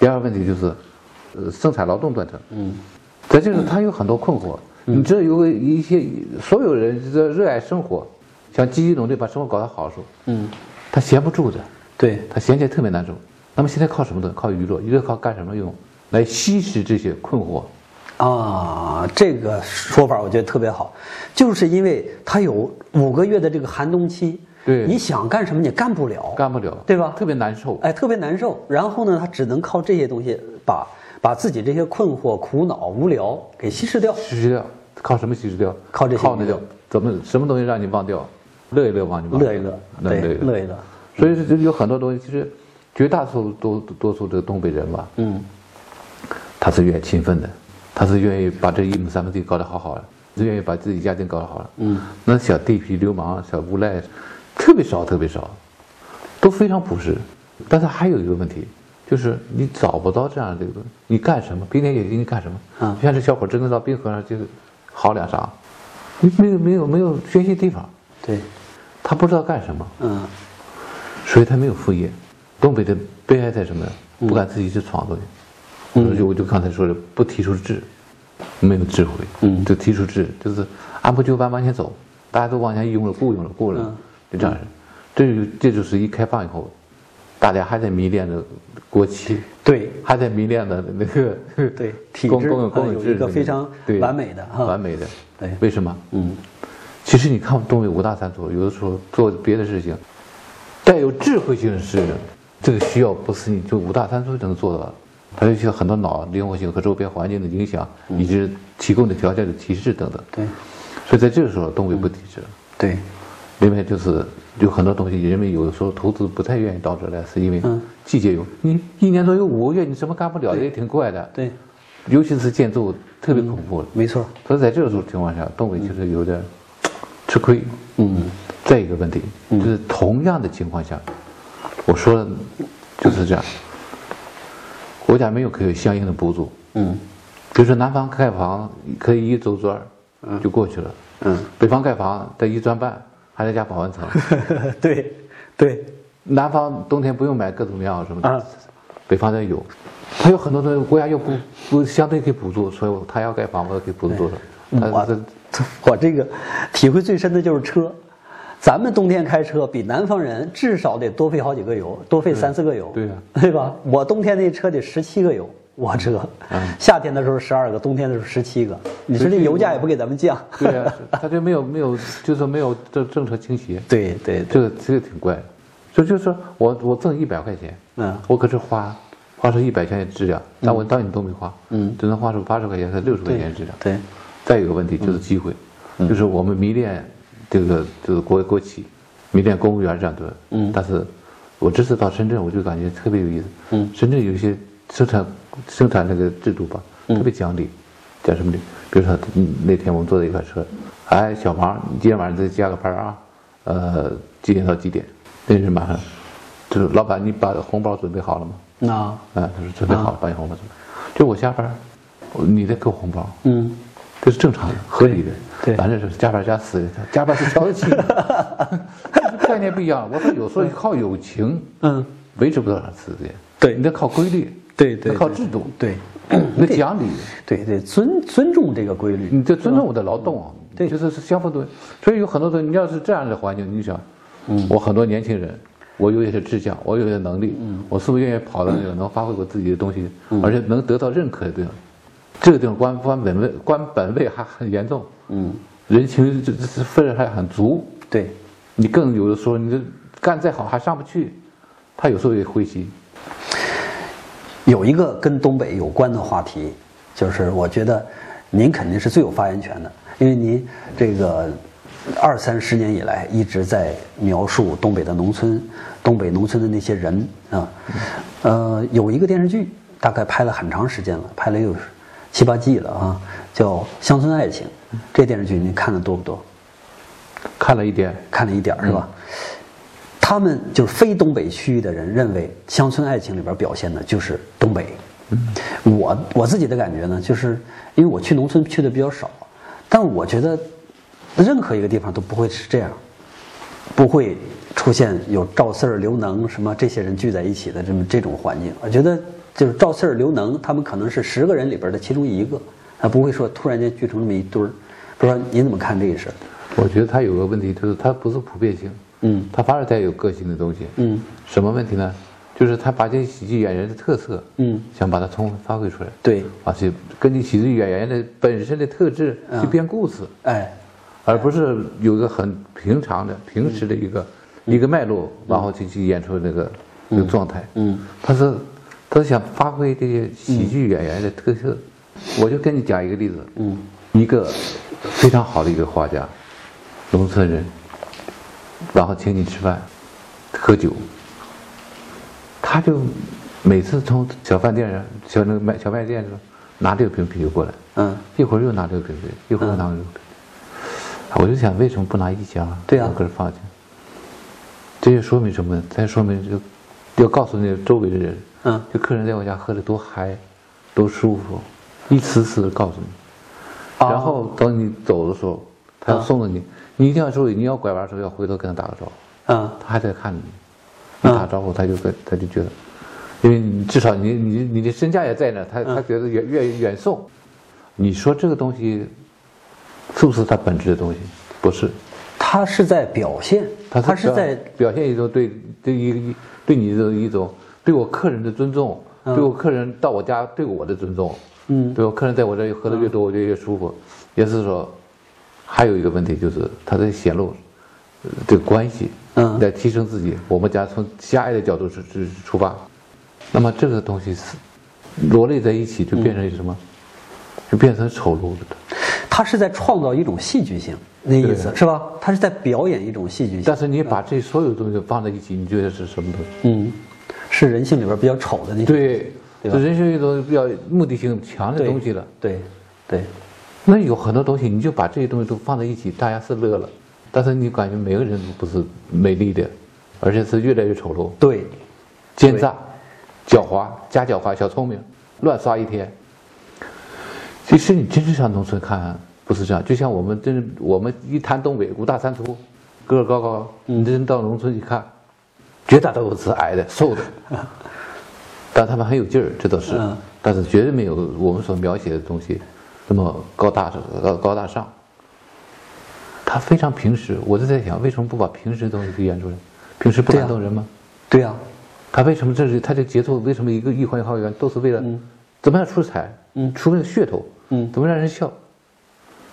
S3: 第二个问题就是，呃，生产劳动断层。
S1: 嗯
S3: 在这种他有很多困惑。你这有个一些所有人热热爱生活，想积极努力把生活搞得好的时候，
S1: 嗯，
S3: 他闲不住的，
S1: 对，
S3: 他闲起来特别难受。那么现在靠什么呢？靠娱乐，娱乐靠干什么用？来吸食这些困惑。
S1: 啊，这个说法我觉得特别好，就是因为它有五个月的这个寒冬期，
S3: 对
S1: 你想干什么你干不了，
S3: 干不了，
S1: 对吧
S3: 特别难受。
S1: 哎，特别难受。然后呢，他只能靠这些东西把把自己这些困惑、苦恼、无聊给稀释掉。
S3: 吸食掉，靠什么吸食掉？
S1: 靠这些
S3: 靠那
S1: 娱乐
S3: 叫怎么什么东西让你忘掉？乐一乐，忘你忘掉
S1: 乐一乐
S3: 那
S1: 对
S3: 乐
S1: 乐一乐。
S3: 所以说，有很多东西，其实绝大多数多多数这个东北人吧，
S1: 嗯，
S3: 他是愿意勤奋的，他是愿意把这一亩三分地搞得好好的，是愿意把自己家庭搞得好了。嗯，那小地痞流氓、小无赖，特别少，特别少，都非常朴实。但是还有一个问题，就是你找不到这样的一个，你干什么？冰天雪地你干什么？
S1: 嗯
S3: 就像这小伙真的到冰河上就是嚎两声，你没有没有没有宣泄地方，
S1: 对，
S3: 他不知道干什么，
S1: 嗯
S3: 所以他没有副业。东北的悲哀在什么呢？
S1: 嗯
S3: 不敢自己去闯东西。我就我就刚才说的，不提出智，没有智慧，
S1: 嗯
S3: 就提出智，就是按部就班往前走，大家都往前拥了，雇佣了，雇了
S1: 嗯，
S3: 就这样式。这就这就是一开放以后，大家还在迷恋着国旗，
S1: 对
S3: 还在迷恋着那个 [laughs]
S1: 对体
S3: 公
S1: 制
S3: 公有
S1: 啊
S3: 公
S1: 有
S3: 有
S1: 一
S3: 制
S1: 个
S3: 的那
S1: 非常
S3: 对
S1: 完美的哈
S3: 完美的，
S1: 对
S3: 为什么？
S1: 嗯
S3: 其实你看东北五大三粗，有的时候做别的事情，带有智慧性的事情，这个需要不是你就五大三粗就能做到的，它就需要很多脑灵活性和周边环境的影响，
S1: 嗯
S3: 以及提供的条件的提示等等。
S1: 对
S3: 所以在这个时候，东北不提示了。
S1: 对
S3: 另外就是有很多东西，人们有时候投资不太愿意到这儿来，是因为
S1: 嗯
S3: 季节有，你一年多有五个月，你什么干不了的也挺怪的。
S1: 对，嗯
S3: 尤其是建筑特别恐怖。
S1: 没错。 [laughs]
S3: 所以在这种情况下，东北就是有点吃亏。
S1: 嗯
S3: 再一个问题就是同样的情况下，我说的就是这样，国家没有可以相应的补助，
S1: 嗯
S3: 比如说南方盖房可以一周砖儿就过去了，
S1: 嗯
S3: 北方盖房得一砖半，还还在家
S1: [laughs]
S3: 保温层。
S1: 对对，
S3: 南方冬天不用买各种棉袄什么的，
S1: 啊
S3: 北方的有，它有很多的国家又不不相对给补助，所以他要盖房子给补助多少？他呃这
S1: 我 [laughs] 我这个体会最深的就是车，咱们冬天开车比南方人至少得多费好几个油，多费三四个油，
S3: 对呀啊
S1: 对吧？我冬天那车得十七个油，我车
S3: 嗯
S1: 夏天的时候十二个，冬天的时候十七个，你说这油价也不给咱们降，
S3: 对啊呀、他就没有没有，就是说没有政政策倾斜，
S1: [laughs] 对对对，
S3: 这个这个挺怪的。就就是说我我挣一百块钱，
S1: 嗯
S3: 我可是花花出一百块钱质量，但我到你都没花，
S1: 嗯
S3: 只能花出八十块钱和六十块
S1: 对
S3: 钱质量。
S1: 对，
S3: 再有一个问题就是
S1: 嗯
S3: 机会，就是我们迷恋这个这个国国企，迷恋公务员这样的。
S1: 嗯
S3: 但是我这次到深圳，我就感觉特别有意思。
S1: 嗯
S3: 深圳有一些生产生产这个制度吧，
S1: 嗯
S3: 特别讲理，讲什么理？比如说嗯那天我们坐在一块车，哎，小王，你今天晚上再加个班啊，呃，几点到几点？那是马上，就是老板，你把红包准备好了吗？
S1: 那
S3: 啊，他说准备好了，把你红包准备。就我下班儿，我你得给我红包。
S1: 嗯，
S3: 这是正常的、合理的。
S1: 对
S3: 咱这是加班加死人，加班是消极的，这概念不一样。我说有时候靠友情，
S1: 嗯，
S3: 维持不到长时间。
S1: 对
S3: 你得靠规律，
S1: 对对
S3: 得靠
S1: 对
S3: 制度，
S1: 对
S3: 你得讲理，
S1: 对对，尊尊重这个规律，
S3: 你得尊重我的劳动啊。
S1: 对
S3: 就是是相互的。所以有很多东西，你要是这样的环境，你想，我很多年轻人。我有一些志向，我有一些能力，我是不是愿意跑到那个能发挥我自己的东西，而且能得到认可的地方？这个地方官官本位官本位还很严重，
S1: 嗯，
S3: 人情这这这份儿还很足，
S1: 对，
S3: 你更有的时候你这干再好还上不去，他有时候也灰心。
S1: 有一个跟东北有关的话题，就是我觉得您肯定是最有发言权的，因为您这个二三十年以来一直在描述东北的农村，东北农村的那些人啊，呃，有一个电视剧大概拍了很长时间了，拍了有七八季了啊，叫《乡村爱情》，这电视剧您看的多不多？
S3: 看了一点，
S1: 看了一点儿是吧？他们就是非东北区域的人认为，《乡村爱情》里边表现的就是东北。我我自己的感觉呢，就是因为我去农村去的比较少，但我觉得任何一个地方都不会是这样，不会出现有赵四儿、刘能什么这些人聚在一起的这么这种环境。我觉得就是赵四儿、刘能他们可能是十个人里边的其中一个，他不会说突然间聚成这么一堆儿。不知道您怎么看这个事儿？
S3: 我觉得他有个问题就是他不是普遍性，
S1: 嗯
S3: 他反而带有个性的东西。
S1: 嗯，
S3: 什么问题呢？就是他把这喜剧演员的特色，
S1: 嗯，
S3: 想把它充分发挥出来，
S1: 对
S3: 而且根据喜剧演员的本身的特质
S1: 嗯
S3: 去编故事，
S1: 哎，
S3: 而不是有一个很平常的、平时的一个、一个脉络，然后去去演出那个、那个状态。
S1: 嗯嗯，
S3: 他是他是想发挥这些喜剧演员的特色。我就跟你讲一个例子，嗯，一个非常好的一个画家，农村人，然后请你吃饭，喝酒，他就每次从小饭店上、小那个卖小卖店上拿六瓶啤酒过来，
S1: 嗯。
S3: 一会儿又拿这个瓶子，一会儿又拿这个瓶子。我就想，为什么不拿一箱啊？
S1: 对啊
S3: 搁这放下去。这就说明什么呢？再说明就要告诉那周围的人，
S1: 嗯
S3: 这客人在我家喝的多嗨，多舒服，一次次地告诉你。
S1: 哦嗯
S3: 然后等你走的时候，他要送了你，你一定要注意，你要拐弯的时候要回头跟他打个招呼。
S1: 嗯
S3: 他还在看你，你打招呼，他就跟他就觉得，因为你至少你你你的身价也在那儿，他他觉得远远远送。你说这个东西，是不是它本质的东西？不是，，
S1: 他是在表现，他是在
S3: 表现一种对对一对你的一种对我客人的尊重，对我客人到我家对我的尊重。
S1: 嗯
S3: 对我客人在我这里喝的越多，我就越舒服。也是说，还有一个问题就是他在显露呃这个关系，
S1: 嗯
S3: 在提升自己。我们讲从狭隘的角度出出出发，那么这个东西是罗列在一起就变成一个什么？
S1: 嗯
S3: 就变成丑陋了的。
S1: 他是在创造一种戏剧性，那意思
S3: 对
S1: 是吧？他是在表演一种戏剧性
S3: 但，是你把这所有东西放在一起，你觉得是什么东西？
S1: 嗯，是人性里边比较丑的那种，
S3: 对，
S1: 对吧
S3: 这人生一种比较目的性强的东西了。
S1: 对对
S3: 那有很多东西，你就把这些东西都放在一起，大家是乐了，但是你感觉每个人都不是美丽的，而且是越来越丑陋、
S1: 对，
S3: 奸诈、狡猾、加狡猾、小聪明，乱刷一天。其实你真是上农村看，不是这样。就像我们真，我们一谈东北五大三粗，个儿高高，
S1: 嗯
S3: 你真到农村去看，绝大多数是矮的、
S1: [laughs]
S3: 瘦的，但他们很有劲儿，这倒是
S1: 嗯，
S3: 但是绝对没有我们所描写的东西那么高大高高大上。他非常平实，我就在想，为什么不把平时的东西给演出来？平时不
S1: 对啊
S3: 感动人吗？
S1: 对啊呀、
S3: 他为什么这是他这节奏？为什么一个一环一环一环都是为了怎么样出彩？
S1: 嗯
S3: 出那个噱头，
S1: 嗯
S3: 怎么让人笑？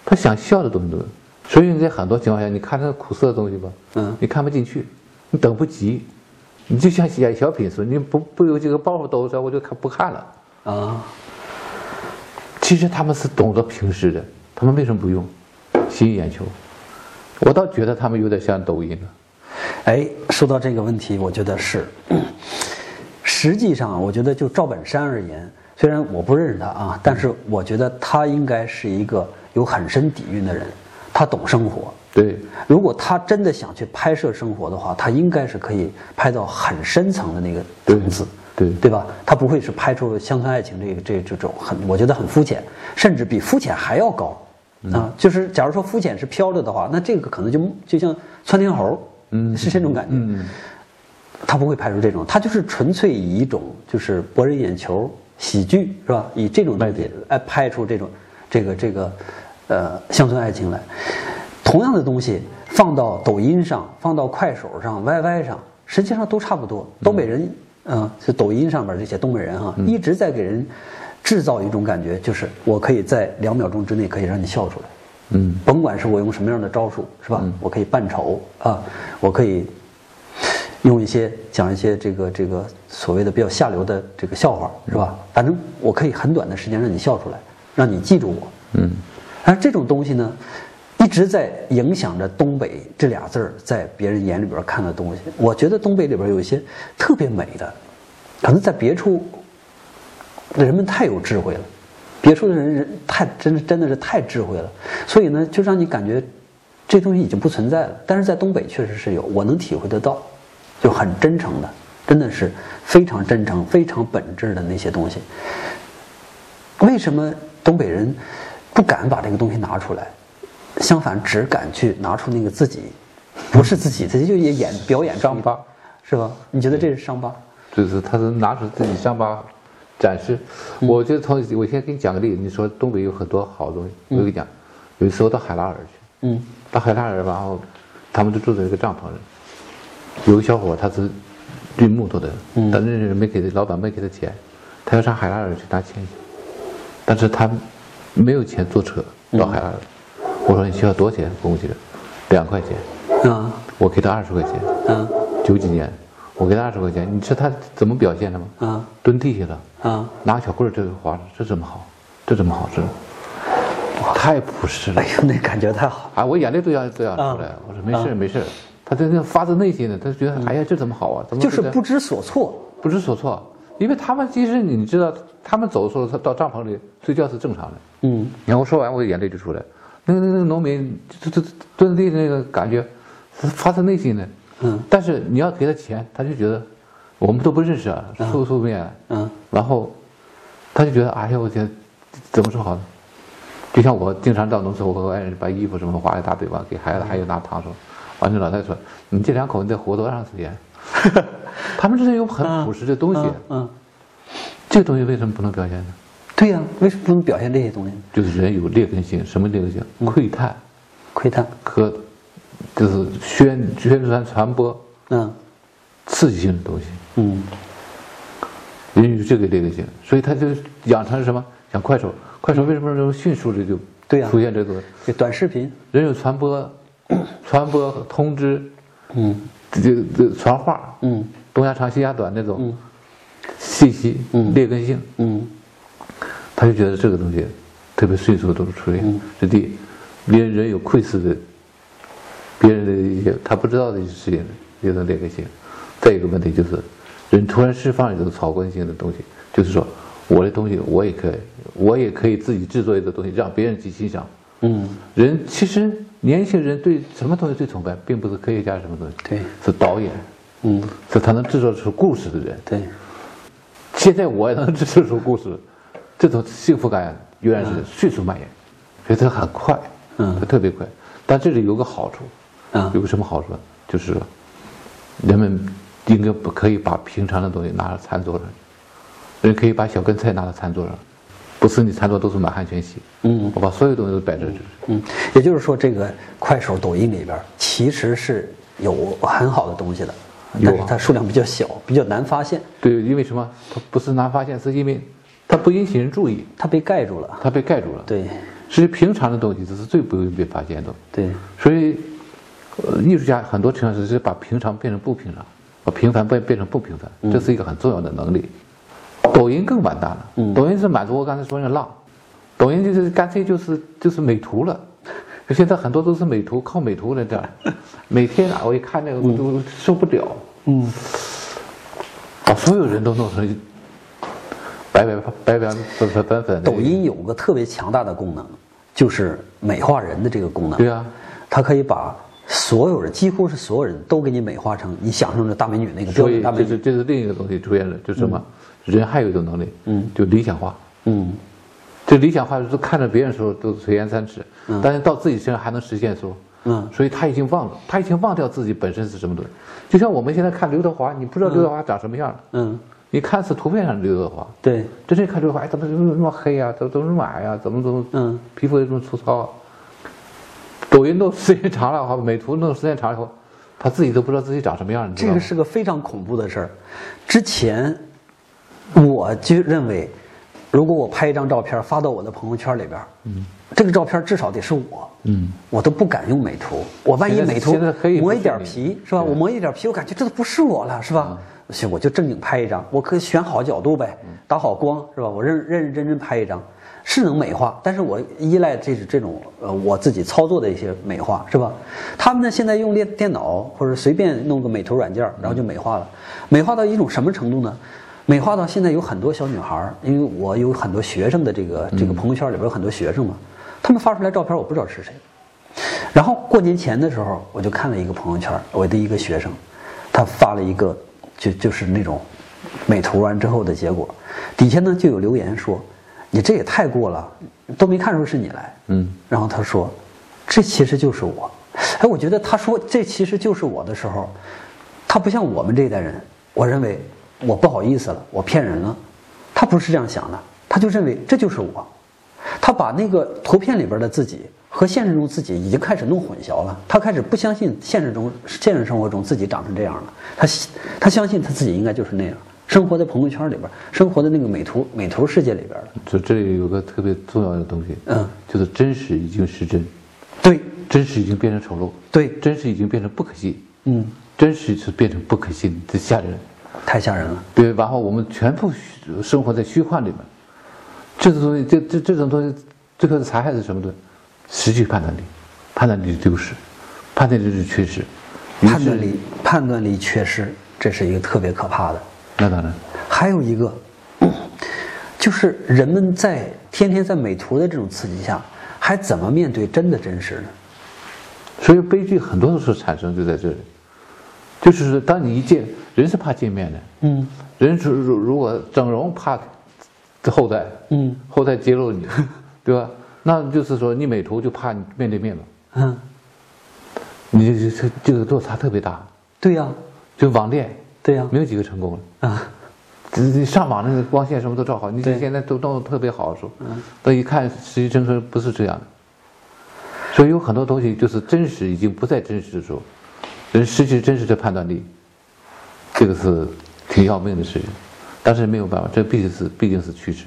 S3: 他想笑的东西都有，所以你在很多情况下，你看他的苦涩的东西吧，
S1: 嗯
S3: 你看不进去，你等不及，你就像演小品似的，你不不有这个包袱兜着，我就看不看了。
S1: 啊，
S3: 其实他们是懂得平时的，他们为什么不用？吸引眼球，我倒觉得他们有点像抖音了。
S1: 哎，说到这个问题，我觉得是。 [clears throat] 实际上，我觉得就赵本山而言，虽然我不认识他
S3: 嗯
S1: 啊，但是我觉得他应该是一个有很深底蕴的人，他懂生活。
S3: 对，
S1: 如果他真的想去拍摄生活的话，他应该是可以拍到很深层的那个层次，
S3: 对对
S1: 对吧？他不会是拍出《乡村爱情》这个这这种很，我觉得很肤浅，甚至比肤浅还要高
S3: 嗯
S1: 啊！就是假如说肤浅是飘着的话，那这个可能就就像窜天猴，嗯，是这种感觉。
S3: 嗯，
S1: 他不会拍出这种，他就是纯粹以一种就是博人眼球、喜剧是吧？以这种东西哎拍出这种这个这个呃乡村爱情来。同样的东西放到抖音上、放到快手上、YY 上，实际上都差不多。东北人，嗯、就抖音上面这些东北人啊，一直在给人制造一种感觉，就是我可以在两秒钟之内可以让你笑出来。
S3: 嗯，
S1: 甭管是我用什么样的招数，是吧？我可以扮丑啊，我可以用一些讲一些这个这个所谓的比较下流的这个笑话，是吧？反正我可以很短的时间让你笑出来，让你记住我。
S3: 嗯，
S1: 而这种东西呢，一直在影响着“东北”这俩字儿在别人眼里边看的东西。我觉得东北里边有一些特别美的，可能在别处人们太有智慧了，别处的人人太真真的是太智慧了，所以呢，就让你感觉这东西已经不存在了。但是在东北确实是有，我能体会得到，就很真诚的，真的是非常真诚、非常本质的那些东西。为什么东北人不敢把这个东西拿出来，相反只敢去拿出那个自己，不是自己，自己就也演表演
S3: 伤疤，
S1: 是吧？你觉得这是伤疤？
S3: 就是他是拿出自己伤疤展示。我就从我先给你讲个例子，你说东北有很多好东西，我跟你讲，有一次我到海拉尔去，
S1: 嗯
S3: 到海拉尔，然后他们就住在一个帐篷里，有个小伙他是锯木头的，但那人没给他老板没给他钱，他要上海拉尔去拿钱去，但是他没有钱坐车到海拉尔，我说你需要多少钱工具？两块钱，
S1: 啊
S3: 我给他二十块钱，
S1: 啊
S3: 九几年，我给他二十块钱，你知道他怎么表现的吗？
S1: 啊
S3: 蹲地下了，
S1: 啊！
S3: 拿个小棍儿这就划着，这怎么好？这怎么好？这太朴实
S1: [laughs]
S3: 了
S1: 哎！呦，那感觉太好。
S3: 啊，我眼泪都要都要出来
S1: 啊
S3: 了。我说没事儿没事儿，他真的发自内心的，他觉得哎呀这怎么好啊？怎么
S1: 嗯就是
S3: 这
S1: 不知所措。
S3: 不知所措？因为他们其实你知道，他们走的时候，他到帐篷里睡觉是正常的。
S1: 嗯
S3: 你看我说完，我眼泪就出来。那个那个农民蹲蹲蹲地那个感觉，是发自内心的。
S1: 嗯，
S3: 但是你要给他钱，他就觉得我们都不认识啊，素素面。
S1: 嗯
S3: 然后他就觉得，哎呀，我天，怎么说好呢？就像我经常到农村，我和爱人把衣服什么划一大堆吧，给
S1: 嗯
S3: 孩子，还有拿糖说，完了老太太说，你这两口子得活多长时
S1: [laughs]
S3: 间？他们这是有很朴实的东西，
S1: 嗯嗯，
S3: 这个东西为什么不能表现呢？
S1: 对呀、为什么不能表现这些东西呢？
S3: 就是人有劣根性，什么劣根性？
S1: 嗯
S3: 窥探
S1: 窥探，
S3: 和就是宣宣传传播
S1: 嗯
S3: 刺激性的东西，
S1: 嗯
S3: 人有这个劣根性，所以他就养成了什么？像快手，快手为什么能迅速的就
S1: 对呀
S3: 出现这个东西？
S1: 这短视频，
S3: 人有
S1: [coughs]
S3: 传播、传播通知、
S1: 嗯
S3: 这这这传话，
S1: 嗯
S3: 东家长西家短那种
S1: 嗯
S3: 信息、
S1: 嗯
S3: 劣根性，
S1: 嗯
S3: 他就觉得这个东西特别迅速都出现。这第一，别人有窥视的，别人的一些他不知道的一些事情，有种劣根性。再一个问题就是，人突然释放一种草根性的东西，就是说我的东西我也可以，我也可以自己制作一个东西，让别人去欣赏。
S1: 嗯，
S3: 人其实年轻人对什么东西最崇拜，并不是科学家是什么东西，
S1: 对，
S3: 是导演，
S1: 嗯
S3: 是他能制作出故事的人。
S1: 对，
S3: 现在我也能制作出故事，这种幸福感永远是迅速蔓延，所以它很快，
S1: 嗯
S3: 它特别快。但这里有个好处，
S1: 嗯
S3: 有什么好处？就是人们应该不可以把平常的东西拿到餐桌上去，人可以把小根菜拿到餐桌上，不是你餐桌都是满汉全席。
S1: 嗯
S3: 我把所有东西都摆在这儿。
S1: 嗯，也就是说，这个快手、抖音里边儿其实是有很好的东西的，
S3: 有啊
S1: 但是它数量比较小，比较难发现，
S3: 对，因为什么？它不是难发现，是因为它不引起人注意，
S1: 它被盖住了。
S3: 它被盖住了。，
S1: 对，
S3: 其实平常的东西这是最不容易被发现的。
S1: 对，
S3: 所以，呃，艺术家很多情况是是把平常变成不平常，把平凡变变成不平
S1: 嗯
S3: 凡，这是一个很重要的能力。抖音更完蛋了，
S1: 嗯
S3: 抖音是满足我刚才说那个浪，抖音就是干脆就是就是美图了。现在很多都是美图，靠美图来这儿，每天啊，我一看那个我都受不了，
S1: 嗯，
S3: 把所有人都弄成白白白白粉粉粉粉的。
S1: 抖音有个特别强大的功能，就是美化人的这个功能。
S3: 对啊，
S1: 它可以把所有人，几乎是所有人都给你美化成你想象的大美女那个标
S3: 所
S1: 准
S3: 以
S1: 大美
S3: 这是
S1: 女。
S3: 这是另一个东西出现了，就是什么？人还有一种能力，
S1: 嗯，
S3: 就理想化。
S1: 嗯，
S3: 这理想化是看着别人的时候都垂涎三尺，但是到自己身上还能实现说，
S1: 嗯
S3: 所以他已经忘了，他已经忘掉自己本身是什么东西。就像我们现在看刘德华，你不知道刘德华长什么样儿，
S1: 嗯，
S3: 你看是图片上的刘德华，
S1: 对，
S3: 真正看刘德华，哎，怎么怎么那么黑呀、怎么怎么那么矮呀、啊怎么怎么，
S1: 嗯，
S3: 皮肤这么粗糙啊？抖音弄时间长了，哈，美图弄时间长了以后，他自己都不知道自己长什么样儿，你知
S1: 这
S3: 道
S1: 个
S3: 吗？
S1: 是个非常恐怖的事儿。之前我就认为，如果我拍一张照片发到我的朋友圈里边，嗯，这个照片至少得是我，
S3: 嗯，
S1: 我都不敢用美图，我万一
S3: 现在
S1: 美图
S3: 现在可以
S1: 磨一
S3: 不是
S1: 点
S3: 你
S1: 皮是吧？
S3: 对
S1: 我磨一点皮，我感觉这都不是我了是吧？行，我就正经拍一张，我可以选好角度呗，打好光是吧？我认认认真真拍一张。是能美化，但是我依赖这这种呃我自己操作的一些美化是吧？他们呢现在用电电脑或者随便弄个美图软件儿，然后就美化了，美化到一种什么程度呢？美化到现在有很多小女孩儿，因为我有很多学生的这个这个朋友圈里边有很多学生嘛，他们发出来照片我不知道是谁，然后过年前的时候，我就看了一个朋友圈，我的一个学生，他发了一个就就是那种美图完之后的结果，底下呢就有留言说：“你这也太过了，都没看出是你来。”
S3: 嗯，
S1: 然后他说：“这其实就是我。”哎，我觉得他说这其实就是我的时候，他不像我们这一代人，我认为我不好意思了，我骗人了，他不是这样想的，他就认为这就是我。他把那个图片里边的自己和现实中自己已经开始弄混淆了，他开始不相信现实中现实生活中自己长成这样了，他信他相信他自己应该就是那样，生活在朋友圈里边，生活在那个美图美图世界里边了。
S3: 就这里有个特别重要的东西，
S1: 嗯，
S3: 就是真实已经失真，
S1: 对
S3: 真实已经变成丑陋，
S1: 对，
S3: 真实已经变成不可信，
S1: 嗯，
S3: 真实是变成不可信，这吓人。
S1: 太吓人了。
S3: 对，然后我们全部虚生活在虚幻里面，这种东西，这这这种东西，最后的残害是什么呢？失去判断力，判断力的丢失，判断力的缺失，于是
S1: 判断力，判断力缺失，这是一个特别可怕的。
S3: 那当然，
S1: 还有一个，就是人们在天天在美图的这种刺激下，还怎么面对真的真实呢？
S3: 所以悲剧很多都是产生就在这里，就是说当你一见人是怕见面的，
S1: 嗯
S3: 人如如如果整容怕后代，
S1: 嗯，
S3: 后代揭露你，对吧？那就是说你美图就怕你面对面嘛，
S1: 嗯，
S3: 你这这这个落差特别大，
S1: 对呀、
S3: 就网恋
S1: 对呀、
S3: 没有几个成功的。
S1: 啊，
S3: 你你上网那个光线什么都照好，你
S1: 对嗯
S3: 现在都弄得特别好的时候，但一看实际真实不是这样的，所以有很多东西就是真实已经不再真实的时候，人失去真实的判断力，这个是挺要命的事情，但是没有办法，这毕竟是毕竟是趋势。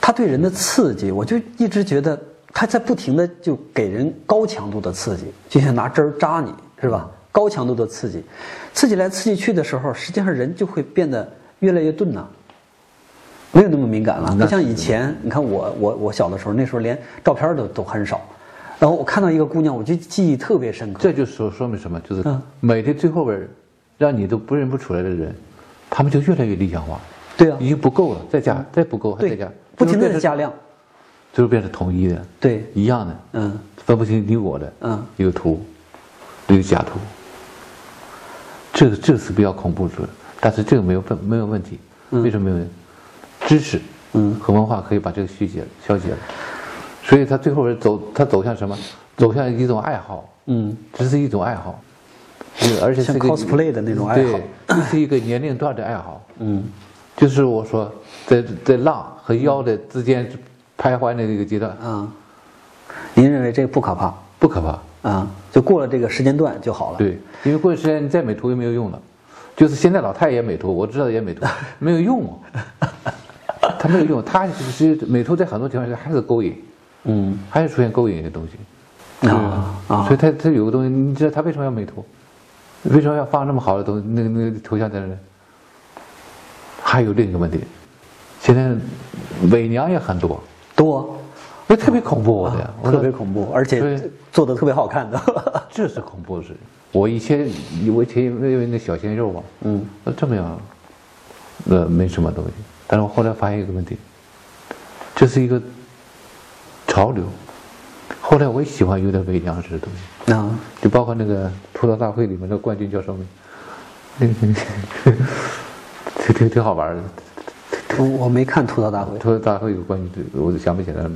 S1: 他对人的刺激，我就一直觉得他在不停的就给人高强度的刺激，就像拿针儿扎你是吧？高强度的刺激，刺激来刺激去的时候，实际上人就会变得越来越钝呐、没有那么敏感了。
S3: 那
S1: 不像
S3: 是
S1: 以前，你看我我我小的时候，那时候连照片都都很少，然后我看到一个姑娘，我就记忆特别深刻。
S3: 这就说说明什么？就是
S1: 嗯
S3: 美的最后边儿，让你都不认不出来的人，他们就越来越理想化，
S1: 对啊
S3: 已，经不够了，再加再不够，还
S1: 嗯
S3: 再
S1: 对
S3: 加，，
S1: 不停的在
S3: 最后变成
S1: 加，量，
S3: 最后变成统一的，
S1: 对，
S3: 一样的。
S1: 嗯。
S3: 分不清你我的，
S1: 嗯
S3: 一个图，一个假图，这个这是比较恐怖的，但是这个没有问没有问题，为什么没有问题？知识，
S1: 嗯
S3: 和文化可以把这个虚解消解了，所以他最后走他走向什么？走向一种爱好，
S1: 嗯，
S3: 这是一种爱好，是而且
S1: 像
S3: 是个
S1: cosplay 的那种爱好
S3: 对，这是一个年龄段的爱好。
S1: 嗯，
S3: 就是我说在在浪和腰的之间徘徊的那个阶段，
S1: 啊，您认为这个不可怕
S3: 不可怕。
S1: 啊？就过了这个时间段就好了。，
S3: 对，因为过段时间你再美图也没有用了，就是现在老太爷美图，我知道也美图，没有用啊，他没有用，他是美图在很多情况下还是勾引，
S1: 嗯
S3: 还是出现勾引的东西。
S1: 啊啊
S3: 所以他他有个东西，你知道他为什么要美图？为什么要放那么好的东西那个那个头像在那儿？还有另一个问题，现在伪娘也很多，
S1: 多，
S3: 那特别恐怖我的呀，我
S1: 啊特
S3: 说
S1: 别恐怖，而且
S3: 对
S1: 做的特别好看的。 [laughs]
S3: 这是恐怖的事。我以前我以前因为那小鲜肉嘛，
S1: 嗯，
S3: 呃这么样，呃，没什么东西。但是我后来发现一个问题，这是一个潮流。后来我也喜欢有点伪娘式的东西。
S1: 啊，
S3: 就包括那个吐槽大会里面的冠军叫什么，那个 [laughs] 挺挺挺好玩的。
S1: 我我没看吐槽大会。
S3: 吐槽大会有冠军，我就想不起来了。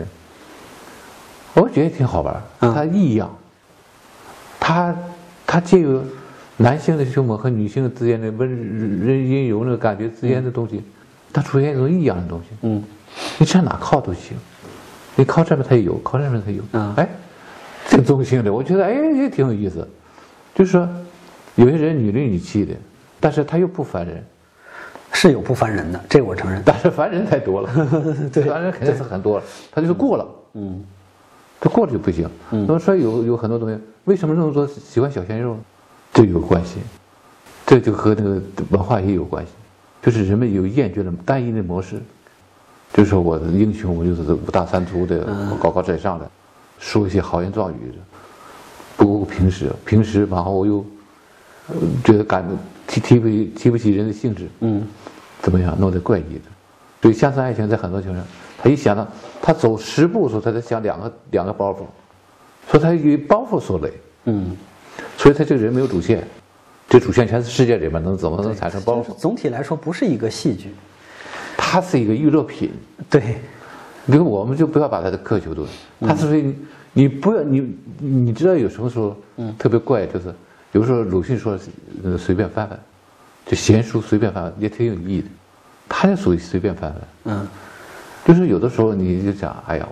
S3: 我觉得挺好玩，
S1: 嗯
S3: 它异样，它它借由男性的凶猛和女性之间的温润阴柔那个感觉之间的东西，它出现一种异样的东西。
S1: 嗯
S3: 你上哪靠都行，你靠这边它也有，靠那边它也有，
S1: 嗯
S3: 哎，挺中性的，我觉得哎也挺有意思。就是说，有些人女里女气的，但是他又不烦人，
S1: 是有不烦人的，这我承认。，
S3: [laughs] 但是烦人太多了
S1: [laughs] 对
S3: 烦人肯定是很多了，他就是过了，
S1: 嗯
S3: 他过了就不行。那么说有有很多东西，为什么那么多喜欢小鲜肉呢？这有关系，这就和那个文化也有关系，就是人们有厌倦了单一的模式，就是说我的英雄，我就是五大三粗的，
S1: 嗯
S3: 我高高在上的，说一些豪言壮语的，不够平时，平时然后我又呃觉得感提提不起提不起人的兴致，
S1: 嗯
S3: 怎么样弄得怪异的。所以乡村爱情在很多情况下，他一想到他走十步的时候，他在想两个两个包袱，所以他以包袱所累，
S1: 嗯，
S3: 所以他这个人没有主线，这主线全是世界里面能怎么能产生包
S1: 就是
S3: 袱？
S1: 总体来说不是一个戏剧。
S3: 它是一个娱乐品，
S1: 对，
S3: 比如我们就不要把它的苛求度，
S1: 嗯
S3: 它是不是你你不要你你知道有什么时候
S1: 嗯
S3: 特别怪，就是有时候鲁迅说呃随便翻翻，就闲书随便翻翻也挺有意义的，他就属于随便翻翻。
S1: 嗯
S3: 就是有的时候你就想，哎呀，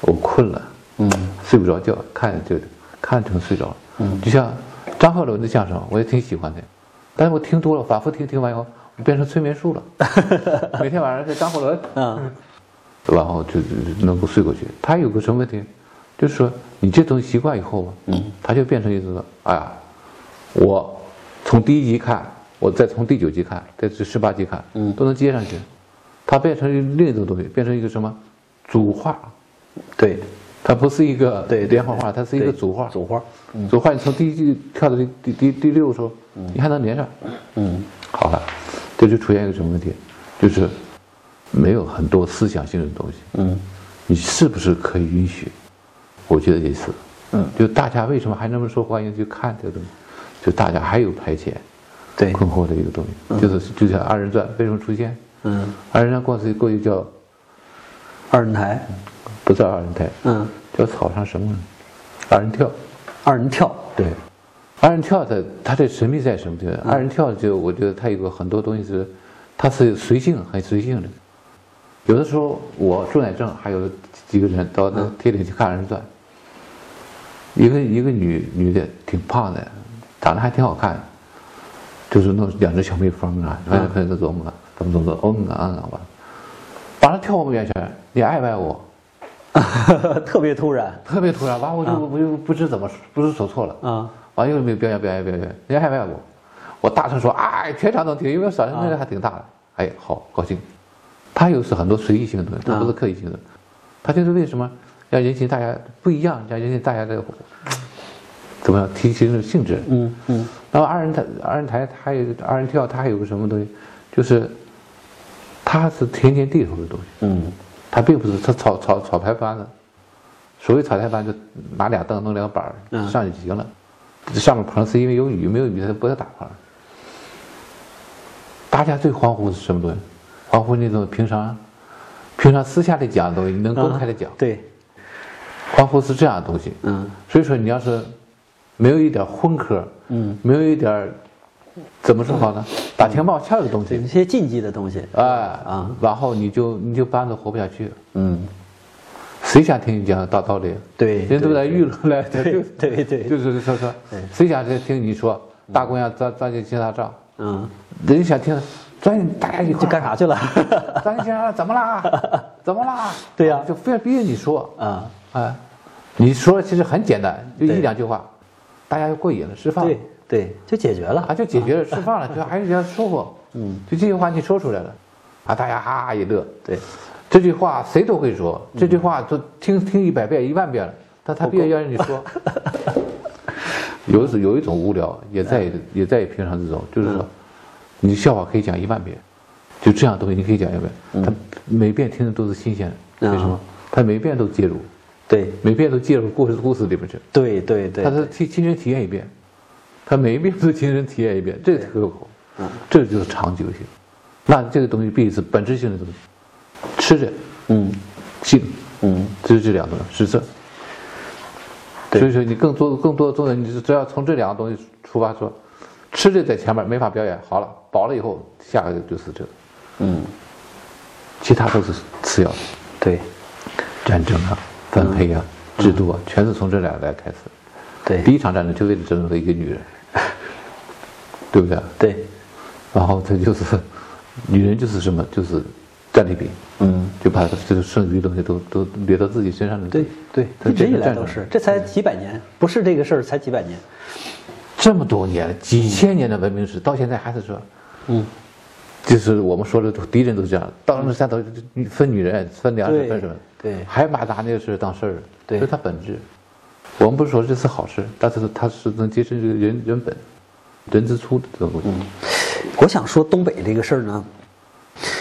S3: 我我困了，
S1: 嗯
S3: 睡不着觉，看着就看着就睡着了。嗯，就像张鹤伦的相声，我也挺喜欢的，但是我听多了，反复听，听完以后，我变成催眠术了。 [laughs] 每天晚上在张鹤伦，
S1: 啊
S3: 然后就就能够睡过去。他有个什么问题，就是说你这东西习惯以后吧，嗯，他就变成一种，哎呀，我从第一集看，我再从第九集看，再至十八集看，嗯，都能接上去。它变成另一种东西，变成一个什么组画，
S1: 对
S3: 它不是一个
S1: 对对
S3: 连环画，它是一个
S1: 对嗯
S3: 组画。
S1: 组花。
S3: 组画你从第一季跳到第第第第六的时候，你还能连上。
S1: 嗯
S3: 好了，这就出现一个什么问题，就是没有很多思想性的东西。
S1: 嗯
S3: 你是不是可以允许？我觉得也是，
S1: 嗯，
S3: 就大家为什么还那么受欢迎去看这个东西？就大家还有排遣、
S1: 对
S3: 困惑的一个东西，就是就像二人转为什么出现？
S1: 嗯，
S3: 二人转过去过去叫
S1: 二人台
S3: 不叫二人台，
S1: 嗯
S3: 叫草上什么呢？二人跳，
S1: 二人跳 [laughs]
S3: 对，二人跳的它的神秘在什么地方？二人跳就我觉得它有个很多东西是，它是随性很随性的。有的时候我朱乃正还有几个人到那铁岭去看二人转，一个一个女女的挺胖的，长得还挺好看，就是弄两只小蜜蜂啊，反正反正琢磨怎么怎么嗯啊嗯啊吧，把她跳我们面前，你爱不爱我？
S1: 特别突然
S3: 特别突然，完我就我就不知怎么不知所措了。
S1: 啊
S3: 完又没有表演表演表演，人家还爱我，我大声说哎，全场能听，因为嗓音那个还挺大的，哎，好高兴。他又是很多随意性的东西，他不是刻意性的，他就是为什么要引起大家不一样，要引起大家的怎么样提起这种兴致。
S1: 嗯嗯
S3: 然后二人台二人台它还有二人跳，它还有个什么东西，就是它是田间地头的东西，
S1: 嗯
S3: 它并不是它草草草台班子，所谓草台班就拿俩凳弄两板儿
S1: 嗯
S3: 上去就行了，上面棚是因为有雨，没有雨它不要打棚。大家最欢呼的是什么东西？欢
S1: 嗯
S3: 呼那种平常平常私下里讲的东西，你能公开的讲。
S1: 对
S3: 夸父是这样的东西。
S1: 嗯
S3: 所以说，你要是没有一点荤科，
S1: 嗯，
S3: 没有一点儿怎么说好呢？打情骂俏的东
S1: 对，一
S3: 西，
S1: 些禁忌的东西，
S3: 哎
S1: 啊，
S3: 然后你就你就班子活不下去了。
S1: 嗯，
S3: 谁想听你讲大道理？
S1: 对，
S3: 人都来娱乐来，
S1: [laughs] 对对对嗯
S3: 就是说说，谁想听你说大姑娘咱咱去接大照？
S1: 嗯，
S3: 人家想听，咱大家一块
S1: 这
S3: 儿
S1: 干啥去了？
S3: 咱先生怎
S1: [laughs]
S3: 么啦？怎么啦？
S1: 对呀
S3: 就非要逼着你说，
S1: [laughs] 啊，
S3: 哎，你说其实很简单，就
S1: 对
S3: 一两句话，大家就过瘾了，吃饭了
S1: 啊对，对，就解决
S3: 啊
S1: 了，
S3: 就解决了，吃饭了，就还是要收获，嗯，就这句话你说出来了，啊，大家哈哈一乐，
S1: 对，
S3: 这句话谁都会说，这句话都听听一百遍一万遍了，但他必须要让你说。有一种有一种无聊，也在也在平常之中，就是说，你笑话可以讲一万遍，就这样的东西你可以讲一遍，他每遍听的都是新鲜的，
S1: 嗯
S3: 为什么？他每遍都介入，
S1: 对，
S3: 每遍都介入故事故事里面去，
S1: 对对对
S3: 他，是亲亲身体验一遍，他每一遍都亲身体验一遍，这个特好，
S1: 嗯
S3: 这就是长久性。那这个东西必须是本质性的东西，吃着。
S1: 嗯
S3: 性，
S1: 嗯，
S3: 这是这两种是这。
S1: 对
S3: 所以说，你更多更多的重点，你只要从这两个东西出发说，吃这在前面没法表演，好了，饱了以后，下个就是这个，
S1: 嗯，
S3: 其他都是次要的，
S1: 对
S3: 战争啊、分配啊、
S1: 嗯
S3: 制度啊，全是从这两个来开始。第
S1: 对
S3: 一场战争就为了争夺一个女人， [laughs] 对不对？
S1: 对，
S3: 然后这就是，女人就是什么，就是战利品，
S1: 嗯，
S3: 就把这个剩余的东西都都掠到自己身上了。
S1: 对对，
S3: 它
S1: 一直
S3: 这
S1: 以
S3: 个
S1: 来
S3: 战
S1: 都
S3: 争
S1: 是，这才几百年，不是这个事儿才几百年，
S3: 这么多年了，几千年的文明史，到现在还是说，
S1: 嗯，
S3: 就是我们说的都敌人都是这样，到那山头就就分女人、分粮食、
S1: 对
S3: 分什么，
S1: 对
S3: 还把拿那个事当事儿，
S1: 对
S3: 这是它本质。我们不是说这是好事，但是它是能揭示这个人人本、人之初的这种东西。
S1: 我想说东北这个事儿呢，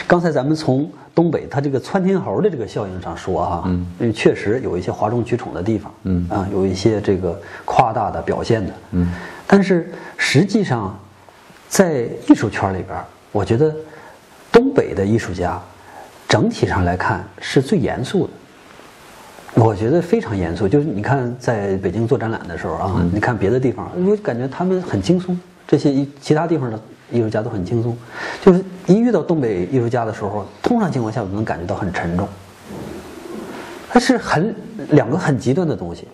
S1: 刚才咱们从东北它这个窜天猴的这个效应上说哈、嗯，因为确实有一些哗众取宠的地方，
S3: 嗯
S1: 啊，有一些这个夸大的表现的，嗯，但是实际上，在艺术圈里边儿，我觉得东北的艺术家整体上来看是最严肃的，我觉得非常严肃，就是你看在北京做展览的时候啊，你看别的地方，我感觉他们很轻松，这些一其他地方的艺术家都很轻松，就是一遇到东北艺术家的时候，通常情况下我能感觉到很沉重，它是很两个很极端的东西，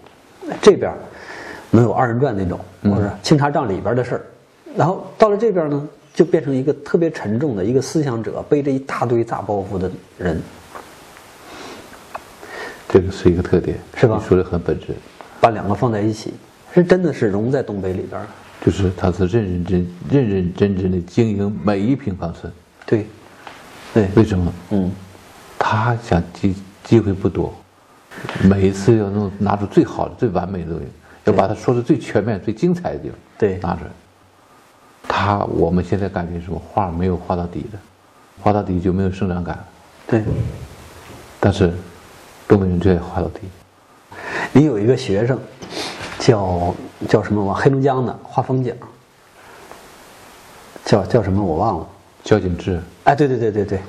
S1: 这边儿能有二人转那种，或者清茶帐里边的事儿，然后到了这边呢，就变成一个特别沉重的一个思想者背着一大堆大包袱的人，
S3: 这个是一个特点，
S1: 是吧
S3: 你说的很本质，
S1: 把两个放在一起，是真的是融在东北里边儿。
S3: 就是他是认认真、认认真真的经营每一平方寸。
S1: 对，对，
S3: 为什么？
S1: 嗯，
S3: 他想机机会不多，每一次要弄拿出最好的、最完美的东西，要把它说的最全面、最精彩的地方，
S1: 对
S3: 拿出来。他我们现在感觉什么画没有画到底的，画到底就没有生长感。
S1: 对。
S3: 但是东北人就爱画到底，
S1: 你有一个学生，叫叫什么？我黑龙江的画风景，叫叫什么？我忘了。
S3: 交警制
S1: 哎，对对对对对，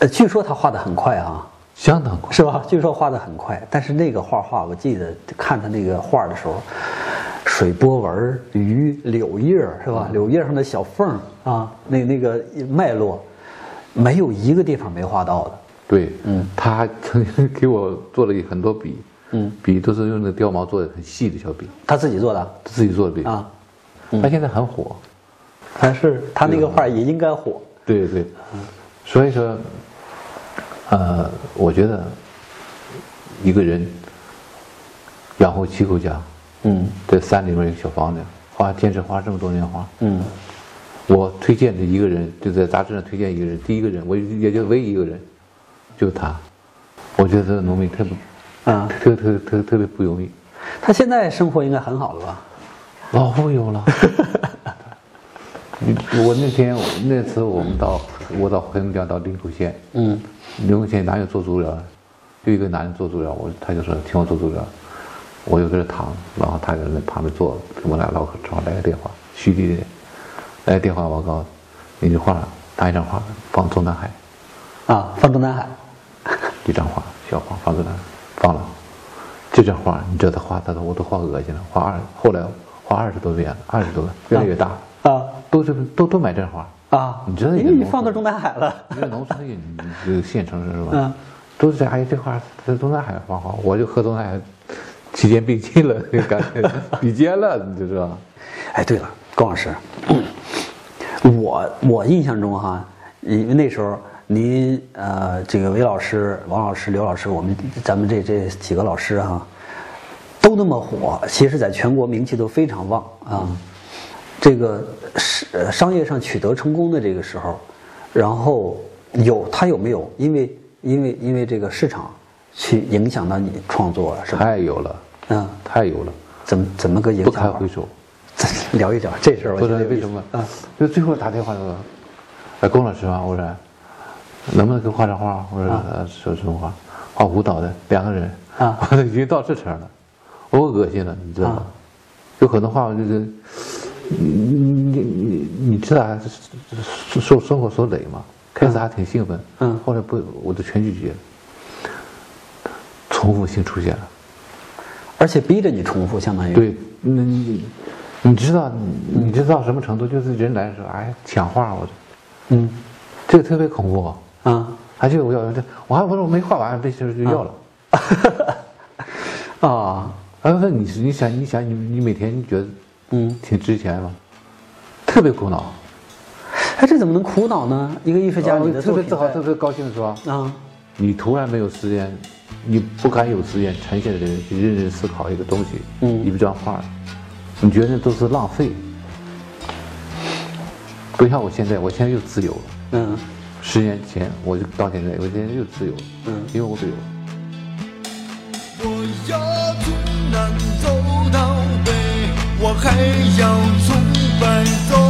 S1: 呃，据说他画的很快啊，
S3: 相当快，
S1: 是吧？据说画的很快，但是那个画画，我记得看他那个画的时候，水波纹儿、鱼、柳叶儿是吧？柳叶上的小缝儿啊，那那个脉络，没有一个地方没画到的。
S3: 对，嗯，他曾经给我做了很多笔，
S1: 嗯，
S3: 笔都是用那貂毛做的很细的小笔，
S1: 他自己做的
S3: 自己做的笔，
S1: 啊，
S3: 他现在很火，
S1: 但是他那个画也应该火。
S3: 对对，所以说，呃，我觉得一个人养活七口家，
S1: 嗯
S3: 在山里面有个小房子，花坚持花这么多年花，
S1: 嗯
S3: 我推荐的一个人，就在杂志上推荐一个人，第一个人，我也就唯一一个人，就是他。我觉得这个农民特别
S1: 啊，
S3: 特特特特别不容易，
S1: 他现在生活应该很好了吧？
S3: 老富有了。 [laughs] 你我那天那次我们到我到黑龙江到林口县，
S1: 嗯
S3: 刘文贤哪有做足疗？就一个男人做足疗，我他就说请我做足疗，我就在这躺，然后他就在那旁边坐，跟我俩唠嗑，正好来个电话，虚的，来个电话，我告诉你一句话，打一张画，放中南海，
S1: 啊，放中南海。
S3: 一张画，小画放中南海，放了，这张画，你知道他画，他都我都画恶心了，画二，后来画二十多遍，二十多遍，越来越大，
S1: 啊
S3: 都是都都买这张画，
S1: 啊！
S3: 你知道一
S1: 因
S3: 个
S1: 为你
S3: 农村
S1: 放到中南海了，
S3: 因为农村也这个县城市是吧？
S1: 嗯
S3: 都是这哎呀，这画这东南海画好，我就和东南海齐肩并进了，这感觉 [laughs] 比肩了，你就知道。
S1: 哎，对了，龚老师，我我印象中哈，因为那时候您呃，这个韦老师、王老师、刘老师，我们咱们这这几个老师哈，都那么火，其实在全国名气都非常旺啊。这个是呃商业上取得成功的这个时候，然后有他有没有？因为因为因为这个市场去影响到你创作啊是吧？
S3: 太有了，
S1: 嗯，
S3: 太有了，
S1: 怎么怎么个影
S3: 不
S1: 响
S3: 堪
S1: 法？
S3: 回首。
S1: 咱 [laughs] 聊一聊这事儿，我觉
S3: 不知道
S1: 得有
S3: 为
S1: 意思
S3: 什么
S1: 啊？，
S3: 就最后打电话说，哎，龚老师啊，我说，能不能给我画张画？我说，呃，说什么画？画舞蹈的，两个人。
S1: 啊
S3: [laughs] 我都已经到这程了，我恶心了，你知道吗
S1: 啊？
S3: 有很多画，我就是，你你你你知道啊受受生活所累嘛？开始还挺兴奋，
S1: 嗯
S3: 后来不，我就全拒绝了。重复性出现了。
S1: 而且逼着你重复，相当于
S3: 对，那你你知道你你知道什么程度？就是人来说，哎，抢画我，
S1: 嗯
S3: 这个特别恐怖，
S1: 啊
S3: 而且我要这，我还我说我没画完，被就就要了。
S1: 啊
S3: [laughs] 啊，那你是你想你想你你每天你觉得
S1: 嗯，
S3: 挺值钱吗？特别苦恼，
S1: 哎，这怎么能苦恼呢？一个艺术家，
S3: 啊
S1: 你的
S3: 特
S1: 作
S3: 别
S1: 品
S3: 自豪，
S1: 在
S3: 特别高兴是吧？
S1: 啊，
S3: 你突然没有时间，你不敢有时间沉下来去认真思考一个东西，
S1: 嗯
S3: 一张画，你觉得那都是浪费。不像我现在，我现在又自由了。
S1: 嗯
S3: 十年前我就到现在，我现在又自由了，
S1: 嗯
S3: 因为我自由了。
S2: 我要从南走到北，我还要从白走